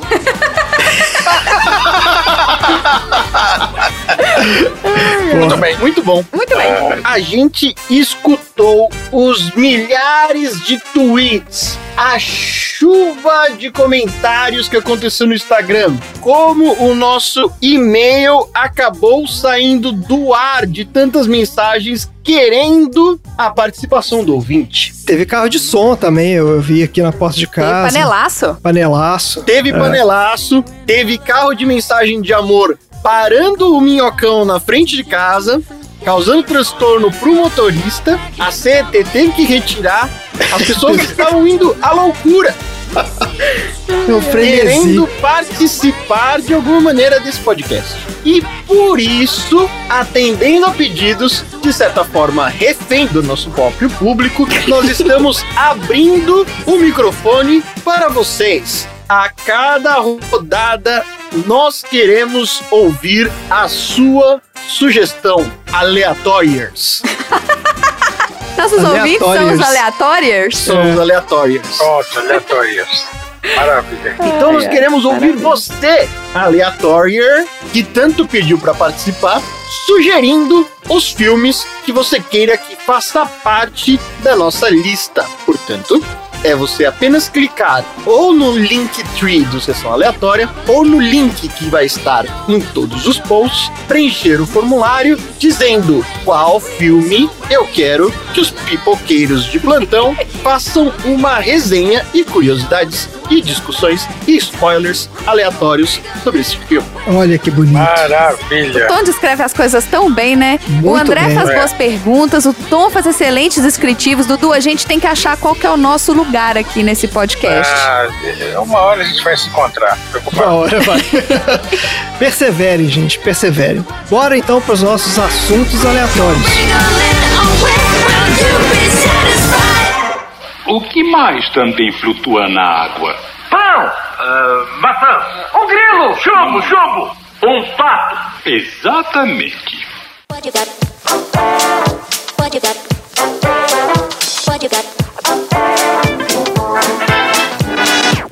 [SPEAKER 2] Muito bem.
[SPEAKER 1] Muito bom.
[SPEAKER 4] Muito bem.
[SPEAKER 1] A gente escutou os milhares de tweets, a chuva de comentários que aconteceu no Instagram, como o nosso e-mail acabou saindo do ar de tantas mensagens querendo a participação do ouvinte.
[SPEAKER 3] Teve carro de som também, eu eu vi aqui na porta de
[SPEAKER 4] Tem
[SPEAKER 3] casa.
[SPEAKER 4] panelaço.
[SPEAKER 3] Panelaço.
[SPEAKER 1] Teve panelaço, teve carro de mensagem de amor parando o minhocão na frente de casa, causando transtorno pro motorista. A CET teve que retirar. As pessoas estavam indo à loucura,
[SPEAKER 3] É um frenesi.
[SPEAKER 1] querendo participar de alguma maneira desse podcast. E por isso, atendendo a pedidos, de certa forma refém do nosso próprio público, nós estamos abrindo o microfone para vocês. A cada rodada, nós queremos ouvir a sua sugestão, aleatórias.
[SPEAKER 4] Nossos ouvintes são os
[SPEAKER 3] Aleatórios.
[SPEAKER 4] aleatórios.
[SPEAKER 1] São os aleatórias.
[SPEAKER 2] Pronto, aleatórias. Maravilha.
[SPEAKER 1] Então nós
[SPEAKER 4] Ai, ai,
[SPEAKER 1] queremos ouvir
[SPEAKER 4] maravilha.
[SPEAKER 1] você, aleatório, que tanto pediu para participar, sugerindo os filmes que você queira que faça parte da nossa lista. Portanto, é você apenas clicar ou no link tree do Sessão Aleatória ou no link que vai estar em todos os posts, preencher o formulário dizendo qual filme eu quero que os pipoqueiros de plantão façam uma resenha e curiosidades e discussões e spoilers aleatórios sobre esse filme.
[SPEAKER 3] Olha que bonito.
[SPEAKER 2] Ah. Maravilha.
[SPEAKER 4] Tom descreve as coisas tão bem, né? o
[SPEAKER 3] Muito
[SPEAKER 4] André
[SPEAKER 3] bem.
[SPEAKER 4] faz
[SPEAKER 2] É.
[SPEAKER 4] boas perguntas, o Tom faz excelentes descritivos. Dudu, a gente tem que achar qual que é o nosso lugar aqui nesse podcast.
[SPEAKER 2] Ah, uma hora a gente vai se encontrar.
[SPEAKER 3] Uma
[SPEAKER 2] Preocupado.
[SPEAKER 3] hora vai. perseverem, gente, perseverem. Bora então para os nossos assuntos aleatórios.
[SPEAKER 7] O que mais também flutua na água?
[SPEAKER 8] Pão! Uh, maçã! Um grilo!
[SPEAKER 7] Hum.
[SPEAKER 8] Chumbo, chumbo! Um pato!
[SPEAKER 7] Exatamente.
[SPEAKER 9] What you got? What you got? What you got?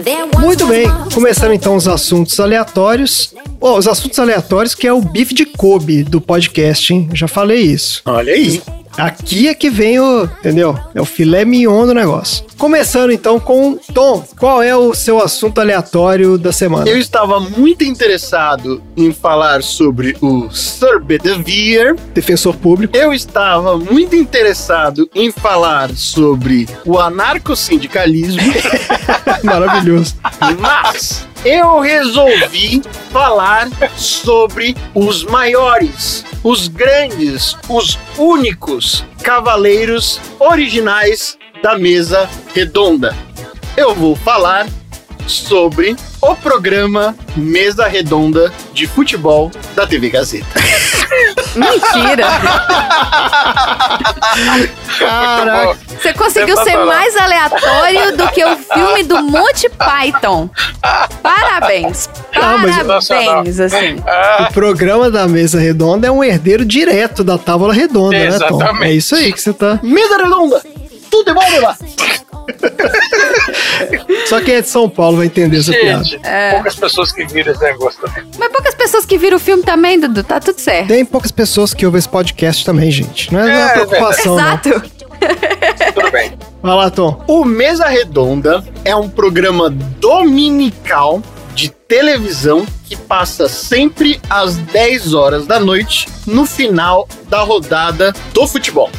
[SPEAKER 9] There was
[SPEAKER 3] Muito bem,
[SPEAKER 9] a-
[SPEAKER 3] começando então os assuntos aleatórios. Ó, os assuntos aleatórios que é o bife de Kobe do podcast, hein? Eu Já falei isso.
[SPEAKER 1] Olha aí.
[SPEAKER 3] Aqui é que vem o, entendeu? É o filé mignon do negócio. Começando então com Tom. Qual é o seu assunto aleatório da semana?
[SPEAKER 1] Eu estava muito interessado em falar sobre o Sir Bedivere.
[SPEAKER 3] Defensor público.
[SPEAKER 1] Eu estava muito interessado em falar sobre o anarcossindicalismo,
[SPEAKER 3] Maravilhoso.
[SPEAKER 1] mas eu resolvi falar sobre os maiores, os grandes, os únicos cavaleiros originais da mesa redonda. Eu vou falar sobre o programa Mesa Redonda de Futebol da TV Gazeta.
[SPEAKER 4] Mentira!
[SPEAKER 3] Caraca.
[SPEAKER 4] Você conseguiu
[SPEAKER 2] Você
[SPEAKER 4] ser
[SPEAKER 2] fala.
[SPEAKER 4] mais aleatório do que o filme do Monty Python. Parabéns!
[SPEAKER 3] Ah, mas
[SPEAKER 4] Parabéns, assim.
[SPEAKER 2] Ah,
[SPEAKER 3] O programa da mesa redonda é um herdeiro direto da tábua redonda, né, Tom?
[SPEAKER 2] Exatamente.
[SPEAKER 3] É isso aí que você tá.
[SPEAKER 1] Mesa Redonda! Tudo é bom, Bebá?
[SPEAKER 3] Só quem é de São Paulo vai entender essa é piada.
[SPEAKER 2] gente, poucas pessoas que viram esse negócio também.
[SPEAKER 4] Mas poucas pessoas que viram o filme também, Dudu, tá tudo certo.
[SPEAKER 3] Tem poucas pessoas que ouvem esse podcast também, gente. Não é, não é
[SPEAKER 2] É,
[SPEAKER 3] preocupação, não.
[SPEAKER 4] Exato.
[SPEAKER 2] Tudo bem.
[SPEAKER 3] Vai lá, Tom.
[SPEAKER 1] O Mesa Redonda é um programa dominical de televisão que passa sempre às 10 horas da noite no final da rodada do futebol.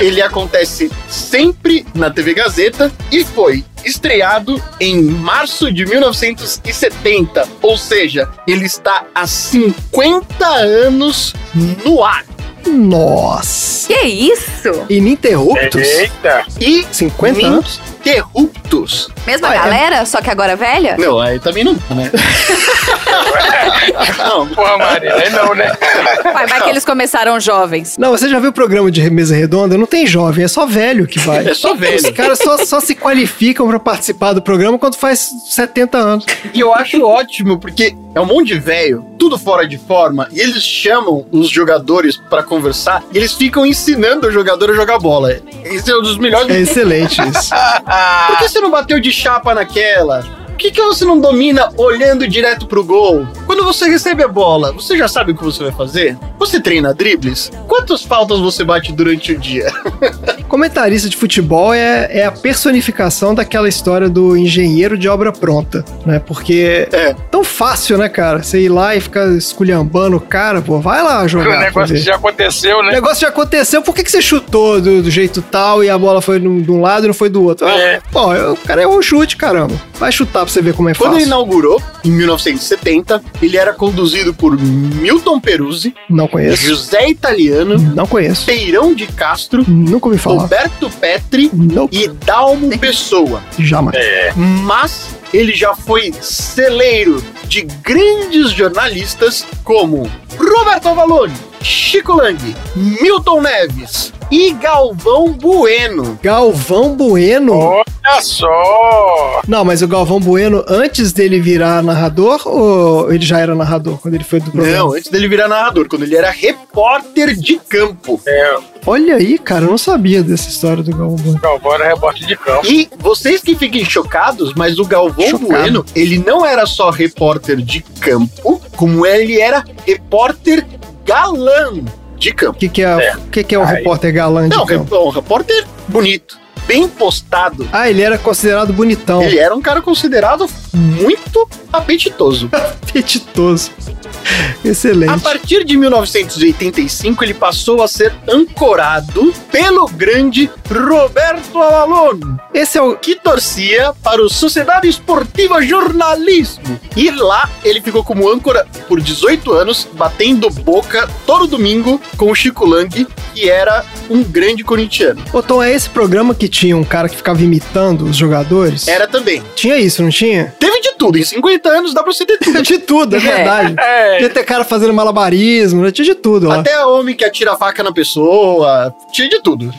[SPEAKER 1] Ele acontece sempre na TV Gazeta e foi estreado em março de 1970, ou seja, ele está há 50 anos no ar.
[SPEAKER 3] Nossa.
[SPEAKER 4] Que isso?
[SPEAKER 3] Ininterruptos?
[SPEAKER 2] Eita,
[SPEAKER 1] E
[SPEAKER 3] 50 anos?
[SPEAKER 1] Interruptos.
[SPEAKER 4] Mesma
[SPEAKER 3] Ah, é.
[SPEAKER 4] galera, só que agora velha?
[SPEAKER 1] Não, aí também não, né? não,
[SPEAKER 2] porra, Maria. Aí não, né?
[SPEAKER 4] Vai, vai que eles começaram jovens.
[SPEAKER 3] Não, você já viu o programa de mesa redonda? Não tem jovem, é só velho que vai.
[SPEAKER 1] É só
[SPEAKER 3] Os
[SPEAKER 1] velho.
[SPEAKER 3] caras só, só se qualificam pra participar do programa quando faz 70 anos.
[SPEAKER 1] E eu acho ótimo, porque é um monte de velho, tudo fora de forma, e eles chamam os jogadores pra conversar, e eles ficam ensinando o jogador a jogar bola. Esse é um dos
[SPEAKER 3] É
[SPEAKER 1] melhores. Ah,
[SPEAKER 3] excelente isso.
[SPEAKER 1] Por que você não bateu de chapa naquela? Por que, que você não domina olhando direto pro gol? Quando Quando você recebe a bola, você já sabe o que você vai fazer? Você treina dribles? Quantas faltas você bate durante o dia?
[SPEAKER 3] Comentarista de futebol é, é a personificação daquela história do engenheiro de obra pronta, né? Porque é tão fácil, né, cara? Você ir lá e ficar esculhambando o cara, pô, vai lá
[SPEAKER 2] O
[SPEAKER 3] jogar.
[SPEAKER 2] negócio
[SPEAKER 3] fazer.
[SPEAKER 2] já aconteceu,
[SPEAKER 3] O
[SPEAKER 2] né?
[SPEAKER 3] negócio já aconteceu, por que, que você chutou do, do jeito tal e a bola foi num- de um lado e não foi do outro?
[SPEAKER 2] É.
[SPEAKER 3] Pô, eu- o cara errou o chute, caramba. Vai chutar pra você ver como é
[SPEAKER 1] Quando ele
[SPEAKER 3] fácil.
[SPEAKER 1] inaugurou, em 1970, ele era conduzido por Milton Peruzzi,
[SPEAKER 3] Não conheço.
[SPEAKER 1] José Italiano,
[SPEAKER 3] Não conheço.
[SPEAKER 1] Peirão de Castro,
[SPEAKER 3] Nunca ouvi falar.
[SPEAKER 1] Roberto Petri
[SPEAKER 3] Não,
[SPEAKER 1] e Dalmo Pessoa.
[SPEAKER 3] jamais.
[SPEAKER 1] É. mas ele já foi celeiro de grandes jornalistas como Roberto Avalone, Chico Lang, Milton Neves e Galvão Bueno.
[SPEAKER 3] Galvão Bueno.
[SPEAKER 2] Olha só!
[SPEAKER 3] Não, mas o Galvão Bueno, antes dele virar narrador, ou ele já era narrador quando ele foi do programa?
[SPEAKER 1] Não, antes dele virar narrador, quando ele era repórter de campo.
[SPEAKER 2] É,
[SPEAKER 3] Olha aí, cara, eu não sabia dessa história do Galvão Bueno.
[SPEAKER 2] Galvão era repórter de campo.
[SPEAKER 1] E vocês que fiquem chocados, mas o Galvão
[SPEAKER 3] Chocado.
[SPEAKER 1] Bueno, ele não era só repórter de campo, como ele era repórter galã de campo.
[SPEAKER 3] O que, que é, o que, que é um
[SPEAKER 2] Aí.
[SPEAKER 3] repórter galã de
[SPEAKER 1] Não,
[SPEAKER 3] campo?
[SPEAKER 1] um repórter bonito, bem postado,
[SPEAKER 3] Ah, ele era considerado bonitão,
[SPEAKER 1] Ele era um cara considerado muito apetitoso.
[SPEAKER 3] apetitoso. Excelente.
[SPEAKER 1] A partir de 1985, ele passou a ser ancorado pelo grande Roberto Avalone,
[SPEAKER 3] Esse é o.
[SPEAKER 1] que torcia para o Sociedade Esportiva Jornalismo. E lá ele ficou como âncora por 18 anos, batendo boca todo domingo com o Chico Lang, que era um grande corintiano.
[SPEAKER 3] Ô, Tom, é esse programa que tinha um cara que ficava imitando os jogadores?
[SPEAKER 1] Era também.
[SPEAKER 3] Tinha isso, não tinha?
[SPEAKER 1] Teve de tudo, em 50 anos dá pra você ter tudo.
[SPEAKER 3] De tudo, é
[SPEAKER 4] É.
[SPEAKER 3] verdade.
[SPEAKER 2] É,
[SPEAKER 3] Tinha ter cara fazendo malabarismo, né? tinha de tudo lá.
[SPEAKER 1] Até homem que atira a faca na pessoa, tinha de tudo.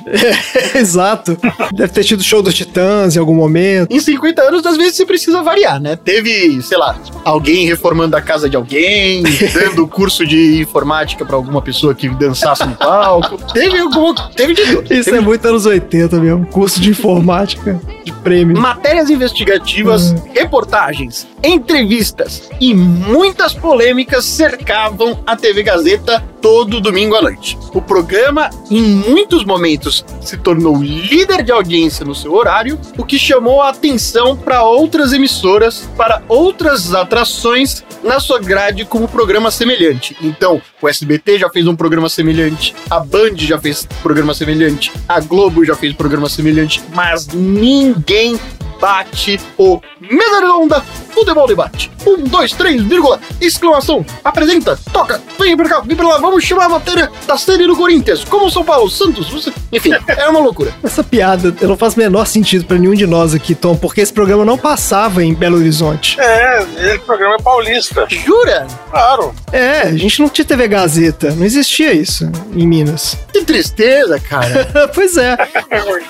[SPEAKER 3] É. Exato. Deve ter tido show dos Titãs em algum momento.
[SPEAKER 1] Em 50 anos, às vezes, você precisa variar, né? Teve, sei lá, alguém reformando a casa de alguém, dando curso de informática pra alguma pessoa que dançasse no palco. Teve alguma. Teve de tudo.
[SPEAKER 3] Isso é muito anos 80 mesmo. Curso de informática de prêmio.
[SPEAKER 1] Matérias investigativas, reportagens, entrevistas e muitas polêmicas cercavam a TV Gazeta todo domingo à noite. O programa, em muitos momentos, se tornou líder de audiência no seu horário, o que chamou a atenção para outras emissoras, para outras atrações na sua grade como programa semelhante. Então, o SBT já fez um programa semelhante, a Band já fez programa semelhante, a Globo já fez programa semelhante, mas ninguém bate o Mesa Redonda Futebol Debate. Um, dois, três, vírgula, exclamação, apresenta, toca, vem pra cá, vem pra lá, vamos chamar a matéria da série do Corinthians, como São Paulo, Santos, você... enfim, é uma loucura.
[SPEAKER 3] Essa piada eu não faz o menor sentido pra nenhum de nós aqui, Tom, porque esse programa não passava em Belo Horizonte.
[SPEAKER 2] é, esse programa é paulista,
[SPEAKER 1] Jura?
[SPEAKER 2] claro.
[SPEAKER 3] É, a gente não tinha TV Gazeta, não existia isso em Minas.
[SPEAKER 1] Que tristeza, cara.
[SPEAKER 3] pois é.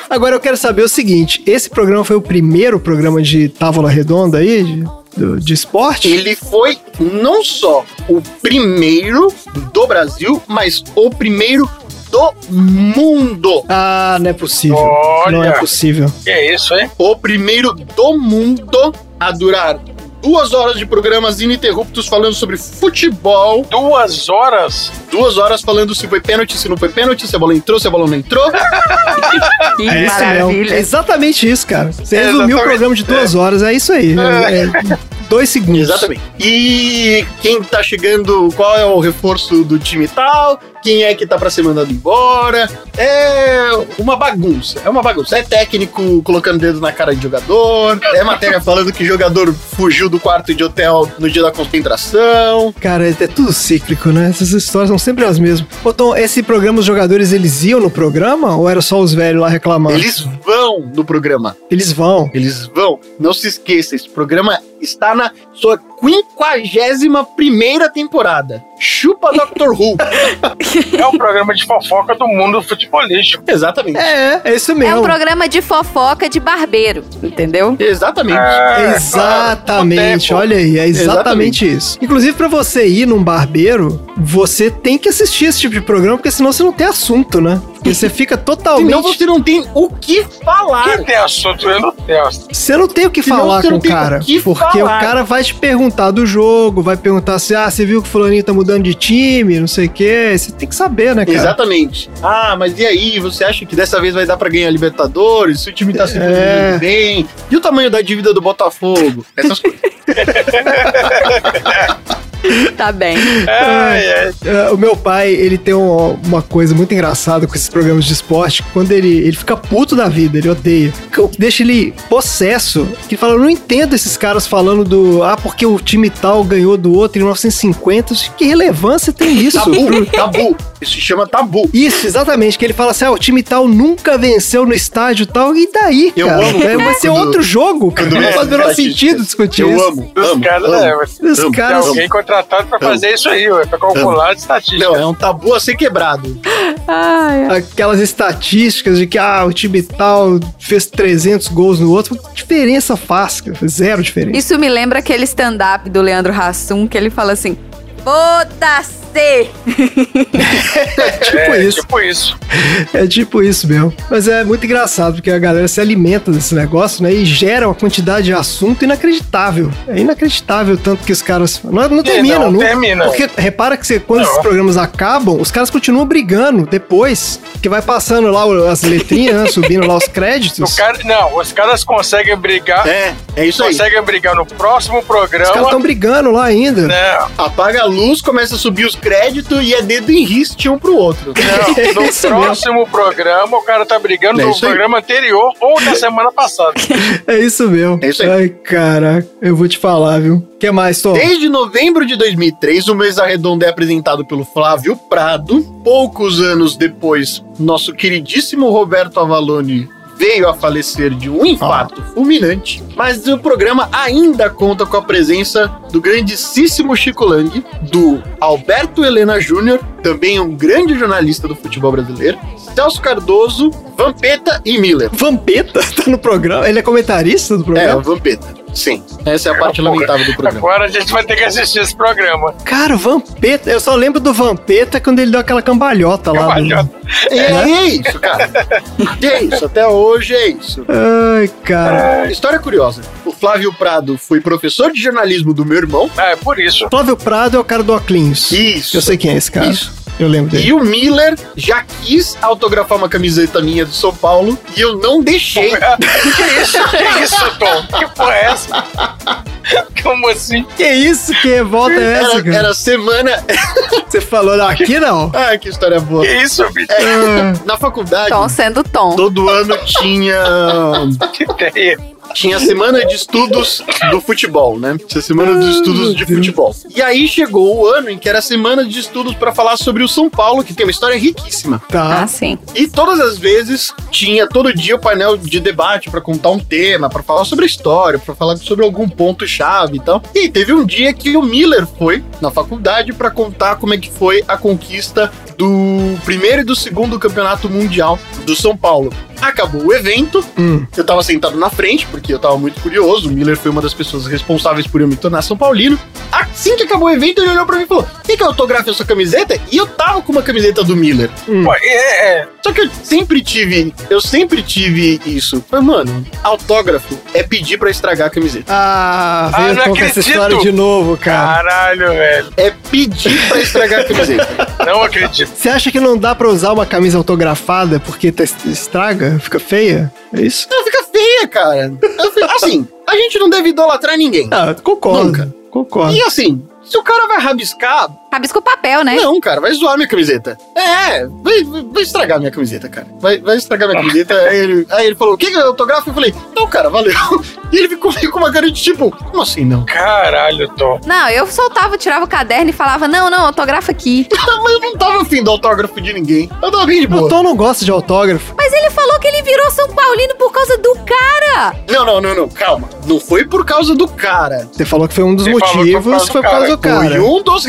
[SPEAKER 3] Agora eu quero saber o seguinte: esse programa foi o primeiro programa de Távola Redonda aí, de, do- de esporte?
[SPEAKER 1] Ele foi não só o primeiro do Brasil, mas o primeiro do mundo.
[SPEAKER 3] Ah, não é possível.
[SPEAKER 2] Olha.
[SPEAKER 3] Não é possível.
[SPEAKER 2] Que é isso, hein?
[SPEAKER 1] O primeiro do mundo a durar duas horas de programas ininterruptos falando sobre futebol,
[SPEAKER 2] Duas horas?
[SPEAKER 1] duas horas falando se foi pênalti, se não foi pênalti, se a bola entrou, se a bola não entrou.
[SPEAKER 4] Que
[SPEAKER 3] É isso mesmo. É
[SPEAKER 4] maravilha.
[SPEAKER 3] exatamente isso, cara. Você
[SPEAKER 2] É
[SPEAKER 3] resumiu o
[SPEAKER 2] exatamente.
[SPEAKER 3] programa de duas horas, é isso aí. É, é dois segundos.
[SPEAKER 1] Exatamente. E quem tá chegando, qual é o reforço do time tal, quem é que tá pra ser mandado embora. É uma bagunça. É uma bagunça. É técnico colocando dedo na cara de jogador. É matéria falando que jogador fugiu do quarto de hotel no dia da concentração.
[SPEAKER 3] Cara, é é tudo cíclico, né? Essas histórias são sempre as mesmas. Ô, Tom, esse programa, os jogadores, eles iam no programa? Ou era só os velhos lá reclamando?
[SPEAKER 1] Eles vão no programa.
[SPEAKER 3] Eles vão.
[SPEAKER 1] Eles vão. Não se esqueça, esse programa está na sua 51 primeira temporada. Chupa Doctor Who.
[SPEAKER 2] É o programa de fofoca do mundo futebolístico.
[SPEAKER 1] Exatamente.
[SPEAKER 3] É, é isso
[SPEAKER 4] É um
[SPEAKER 3] mesmo.
[SPEAKER 4] programa de fofoca de barbeiro, entendeu?
[SPEAKER 1] Exatamente.
[SPEAKER 2] É,
[SPEAKER 3] Exatamente,
[SPEAKER 2] claro.
[SPEAKER 3] olha aí, é exatamente,
[SPEAKER 1] Exatamente.
[SPEAKER 3] isso. Inclusive, pra você ir num barbeiro, você tem que assistir esse tipo de programa, porque senão você não tem assunto, né? Porque você fica
[SPEAKER 1] Senão
[SPEAKER 3] totalmente.
[SPEAKER 1] você não tem o que falar.
[SPEAKER 2] Quem tem assunto? Eu não tenho assunto.
[SPEAKER 3] Você não tem o que
[SPEAKER 1] Senão
[SPEAKER 3] falar
[SPEAKER 1] você
[SPEAKER 3] com
[SPEAKER 1] não
[SPEAKER 3] o
[SPEAKER 1] tem
[SPEAKER 3] cara.
[SPEAKER 1] o que
[SPEAKER 3] porque
[SPEAKER 1] falar.
[SPEAKER 3] o cara vai te perguntar do jogo, vai perguntar se, ah, você viu que o fulaninho tá mudando de time, não sei o quê. Você tem que saber, né, cara?
[SPEAKER 1] Exatamente. Ah, mas e aí, você acha que dessa vez vai dar pra ganhar a Libertadores? Se o time tá se
[SPEAKER 3] É.
[SPEAKER 1] é. bem? E o tamanho da dívida do Botafogo? Essas coisas.
[SPEAKER 4] Tá bem.
[SPEAKER 2] Ai, ai.
[SPEAKER 3] É, o meu pai, ele tem um- uma coisa muito engraçada com esses programas de esporte. que Quando ele, ele fica puto da vida, ele odeia. O que deixa ele possesso, que ele fala, eu não entendo esses caras falando do... Ah, porque o time tal ganhou do outro em 1950. Que relevância
[SPEAKER 1] Tá
[SPEAKER 3] tem isso?
[SPEAKER 1] Tabu, tabu. Isso se chama tabu.
[SPEAKER 3] Isso, exatamente, que ele fala assim: ah, o time tal nunca venceu no estádio tal, e daí?
[SPEAKER 1] Eu
[SPEAKER 3] cara?
[SPEAKER 1] amo
[SPEAKER 3] É, Vai ser
[SPEAKER 1] quando-
[SPEAKER 3] outro jogo, cara.
[SPEAKER 1] quando
[SPEAKER 3] Não faz o menor
[SPEAKER 1] estatística.
[SPEAKER 3] sentido discutir
[SPEAKER 1] Eu
[SPEAKER 3] isso.
[SPEAKER 1] amo.
[SPEAKER 2] Os
[SPEAKER 1] amo,
[SPEAKER 2] caras,
[SPEAKER 1] amo.
[SPEAKER 2] né? Você
[SPEAKER 3] Os
[SPEAKER 1] Amo,
[SPEAKER 2] tem
[SPEAKER 3] caras.
[SPEAKER 2] alguém contratado pra
[SPEAKER 1] Amo.
[SPEAKER 2] fazer isso aí, ué, pra calcular as estatísticas.
[SPEAKER 1] Não, é um tabu a ser quebrado.
[SPEAKER 4] Ai,
[SPEAKER 3] Aquelas estatísticas de que ah, o time tal fez 300 gols no outro, que diferença faz? cara? Zero diferença.
[SPEAKER 4] Isso me lembra aquele stand-up do Leandro Hassum, que ele fala assim: Foda-se!
[SPEAKER 3] tipo
[SPEAKER 2] é,
[SPEAKER 3] isso.
[SPEAKER 2] Tipo isso.
[SPEAKER 3] É tipo isso mesmo. Mas é muito engraçado, porque a galera se alimenta desse negócio, né? E gera uma quantidade de assunto inacreditável. É inacreditável o tanto que os caras. É, Não, não termina,
[SPEAKER 2] não
[SPEAKER 3] não.
[SPEAKER 2] termina.
[SPEAKER 3] Porque repara que você- quando
[SPEAKER 2] Não.
[SPEAKER 3] esses programas acabam, os caras continuam brigando depois. Que vai passando lá o- as letrinhas, né? subindo lá os créditos.
[SPEAKER 2] O cara, não, os caras conseguem brigar.
[SPEAKER 1] É, é isso aí.
[SPEAKER 2] Conseguem brigar no próximo
[SPEAKER 3] Os caras
[SPEAKER 2] programa.
[SPEAKER 3] estão brigando lá ainda.
[SPEAKER 2] Não,
[SPEAKER 1] Apaga a luz, começa a subir os créditos e é dedo em riste um pro outro.
[SPEAKER 2] não. No
[SPEAKER 3] Isso mesmo.
[SPEAKER 2] próximo programa, o cara tá brigando
[SPEAKER 1] É
[SPEAKER 2] no
[SPEAKER 1] isso aí.
[SPEAKER 2] programa anterior ou da semana passada.
[SPEAKER 3] É isso mesmo.
[SPEAKER 1] É isso aí.
[SPEAKER 3] Ai, caraca, eu vou te falar, viu? O que mais, Tom?
[SPEAKER 1] Desde novembro de 2003, o Mesa Redonda é apresentado pelo Flávio Prado. Poucos anos depois, nosso queridíssimo Roberto Avalone veio a falecer de um infarto fulminante. Mas o programa ainda conta com a presença do grandíssimo Chico Lang, do Alberto Helena Júnior, também um grande jornalista do futebol brasileiro, Celso Cardoso, Vampeta e Miller.
[SPEAKER 3] Vampeta tá no programa? Ele é comentarista
[SPEAKER 1] É,
[SPEAKER 3] do
[SPEAKER 1] o
[SPEAKER 3] programa?
[SPEAKER 1] Vampeta. Sim, essa é a parte lamentável do programa.
[SPEAKER 2] Agora a gente vai ter que assistir esse programa.
[SPEAKER 3] Cara, o Vampeta. Eu só lembro do Vampeta quando ele deu aquela cambalhota lá.
[SPEAKER 2] Cambalhota.
[SPEAKER 1] E é isso, cara. E é isso, até hoje é isso.
[SPEAKER 3] No... Ai,
[SPEAKER 1] É.
[SPEAKER 3] cara.
[SPEAKER 1] História curiosa. O Flávio Prado foi professor de jornalismo do meu irmão.
[SPEAKER 2] Ah, é por isso.
[SPEAKER 3] Flávio Prado é o cara do Oclinhos.
[SPEAKER 1] Isso.
[SPEAKER 3] Eu sei quem é esse cara.
[SPEAKER 1] Isso.
[SPEAKER 3] Eu lembro dele.
[SPEAKER 1] E o Miller já quis autografar uma camiseta minha do São Paulo e eu não deixei.
[SPEAKER 2] Que isso? Que isso, Tom? Que porra é essa? Como assim?
[SPEAKER 3] Que isso? Que revolta é essa,
[SPEAKER 1] Era,
[SPEAKER 3] cara?
[SPEAKER 1] era semana.
[SPEAKER 3] Você falou "Não, aqui não.
[SPEAKER 1] Ah, que história boa.
[SPEAKER 2] Que isso, bicho?
[SPEAKER 3] Ah,
[SPEAKER 1] Na faculdade,
[SPEAKER 4] Tom sendo Tom.
[SPEAKER 1] todo ano tinha
[SPEAKER 2] Que ideia.
[SPEAKER 1] tinha a semana de estudos do futebol, né? Tinha a semana de estudos de futebol. E aí chegou o ano em que era a semana de estudos pra falar sobre o São Paulo, que tem uma história riquíssima.
[SPEAKER 3] tá.
[SPEAKER 4] Ah, sim.
[SPEAKER 1] E todas as vezes tinha todo dia o painel de debate pra contar um tema, pra falar sobre a história, pra falar sobre algum ponto chave e tal. E teve um dia que o Miller foi na faculdade pra contar como é que foi a conquista do primeiro e do segundo campeonato mundial do São Paulo. Acabou o evento,
[SPEAKER 3] Hum.
[SPEAKER 1] eu tava sentado na frente, porque eu tava muito curioso. O Miller foi uma das pessoas responsáveis por eu me tornar São Paulino. Assim que acabou o evento, ele olhou pra mim e falou: Quer que eu autografe a sua camiseta? E eu tava com uma camiseta do Miller.
[SPEAKER 2] Pô, é, é.
[SPEAKER 1] Só que eu sempre tive, eu sempre tive isso. Mas, mano, autógrafo é pedir pra estragar a camiseta.
[SPEAKER 3] Ah,
[SPEAKER 2] Ah,
[SPEAKER 3] veio
[SPEAKER 2] não
[SPEAKER 3] com essa
[SPEAKER 2] acredito.
[SPEAKER 3] história de novo,
[SPEAKER 1] Ah.
[SPEAKER 3] cara.
[SPEAKER 2] Caralho, velho.
[SPEAKER 1] É pedir pra estragar a camiseta.
[SPEAKER 2] Não acredito.
[SPEAKER 3] Você acha que não dá pra usar uma camisa autografada porque tá- estraga? Fica feia? É isso?
[SPEAKER 1] Não, fica feia, cara. Assim, a gente não deve idolatrar ninguém.
[SPEAKER 3] Ah, concordo.
[SPEAKER 1] Nunca.
[SPEAKER 3] Concordo.
[SPEAKER 1] E assim, se o cara vai rabiscar,
[SPEAKER 4] Rabisca o papel, né?
[SPEAKER 1] Não, cara, vai zoar minha camiseta. É, vai, vai- vai estragar minha camiseta, cara. Vai, vai estragar minha camiseta. Aí ele, aí ele falou, o que que é autógrafo? Eu falei, não, cara, valeu. E ele ficou meio com uma cara de tipo, como assim não?
[SPEAKER 2] Caralho, Tom.
[SPEAKER 4] Não, eu soltava, tirava o caderno e falava: Não, não, autografa aqui.
[SPEAKER 1] Mas eu não tava afim do autógrafo de ninguém. Eu tava bem de
[SPEAKER 3] O
[SPEAKER 1] boa.
[SPEAKER 3] Tom não gosta de autógrafo.
[SPEAKER 4] Mas ele falou que ele virou São Paulino por causa do cara.
[SPEAKER 1] Não, não, não, não, calma. Não foi por causa do cara.
[SPEAKER 3] Você falou que foi um dos
[SPEAKER 2] Você falou que
[SPEAKER 3] motivos,
[SPEAKER 2] foi por causa do
[SPEAKER 3] foi por causa
[SPEAKER 1] Foi
[SPEAKER 3] do cara.
[SPEAKER 1] um dos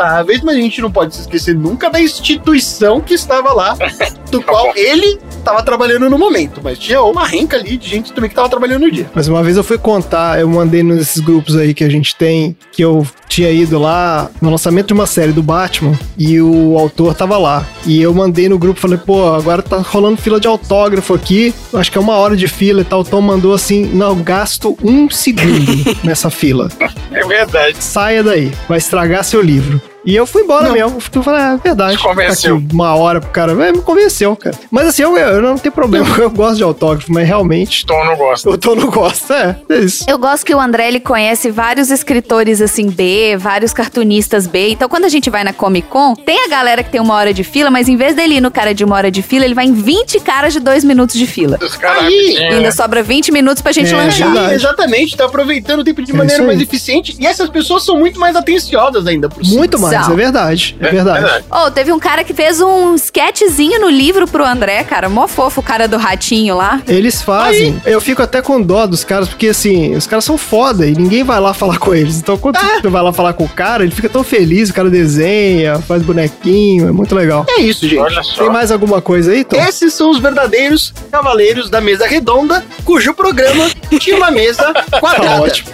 [SPEAKER 1] memoráveis, mas a gente não pode se esquecer nunca da instituição que estava lá, do
[SPEAKER 2] Tá
[SPEAKER 1] qual
[SPEAKER 2] bom.
[SPEAKER 1] ele estava trabalhando no momento. Mas tinha uma renca ali de gente também que estava trabalhando no dia.
[SPEAKER 3] Mas uma vez eu fui contar, eu mandei nesses grupos aí que a gente tem, que eu tinha ido lá no lançamento de uma série do Batman e o autor tava lá. E eu mandei no grupo, falei, pô, agora tá rolando fila de autógrafo aqui, acho que é uma hora de fila e tal. O Tom mandou assim: não, gasto um segundo nessa fila.
[SPEAKER 2] É verdade.
[SPEAKER 3] Saia daí, vai estragar seu livro. E eu fui embora mesmo. Eu falei, ah, é verdade.
[SPEAKER 2] Te convenceu.
[SPEAKER 3] Tá aqui uma hora pro cara. É, me convenceu, cara. Mas assim, eu, eu não tenho problema, eu gosto de autógrafo, mas realmente.
[SPEAKER 2] Tom não gosta.
[SPEAKER 3] O Tom não gosta, é. É isso.
[SPEAKER 4] Eu gosto que o André ele conhece vários escritores assim B, vários cartunistas B. Então quando a gente vai na Comic Con, tem a galera que tem uma hora de fila, mas em vez dele ir no cara de uma hora de fila, ele vai em 20 caras de dois minutos de fila.
[SPEAKER 2] Os caras né?
[SPEAKER 1] Aí,
[SPEAKER 4] E ainda assim, sobra 20 minutos pra gente
[SPEAKER 3] É,
[SPEAKER 1] Aí,
[SPEAKER 4] lanchar.
[SPEAKER 3] verdade.
[SPEAKER 1] exatamente, tá aproveitando o tempo de
[SPEAKER 3] É
[SPEAKER 1] maneira
[SPEAKER 3] isso
[SPEAKER 1] mais
[SPEAKER 3] aí.
[SPEAKER 1] eficiente. E essas pessoas são muito mais atenciosas ainda por cima.
[SPEAKER 3] Muito mais,
[SPEAKER 4] Sal.
[SPEAKER 3] é verdade. É verdade.
[SPEAKER 4] Oh, teve um cara que fez um sketchzinho no livro pro André, cara. Mó fofo, o cara do ratinho lá.
[SPEAKER 3] Eles fazem. Eu fico até com dó dos caras, porque assim, os caras são foda e ninguém vai lá falar com eles. Então, quando você vai lá falar com o cara, ele fica tão feliz, o cara desenha, faz bonequinho, é muito legal.
[SPEAKER 1] É isso, gente.
[SPEAKER 2] Olha só.
[SPEAKER 3] Tem mais alguma coisa aí, Tom?
[SPEAKER 1] Esses são os verdadeiros cavaleiros da mesa redonda, cujo programa tinha uma mesa quadrada.
[SPEAKER 3] Tá ótimo.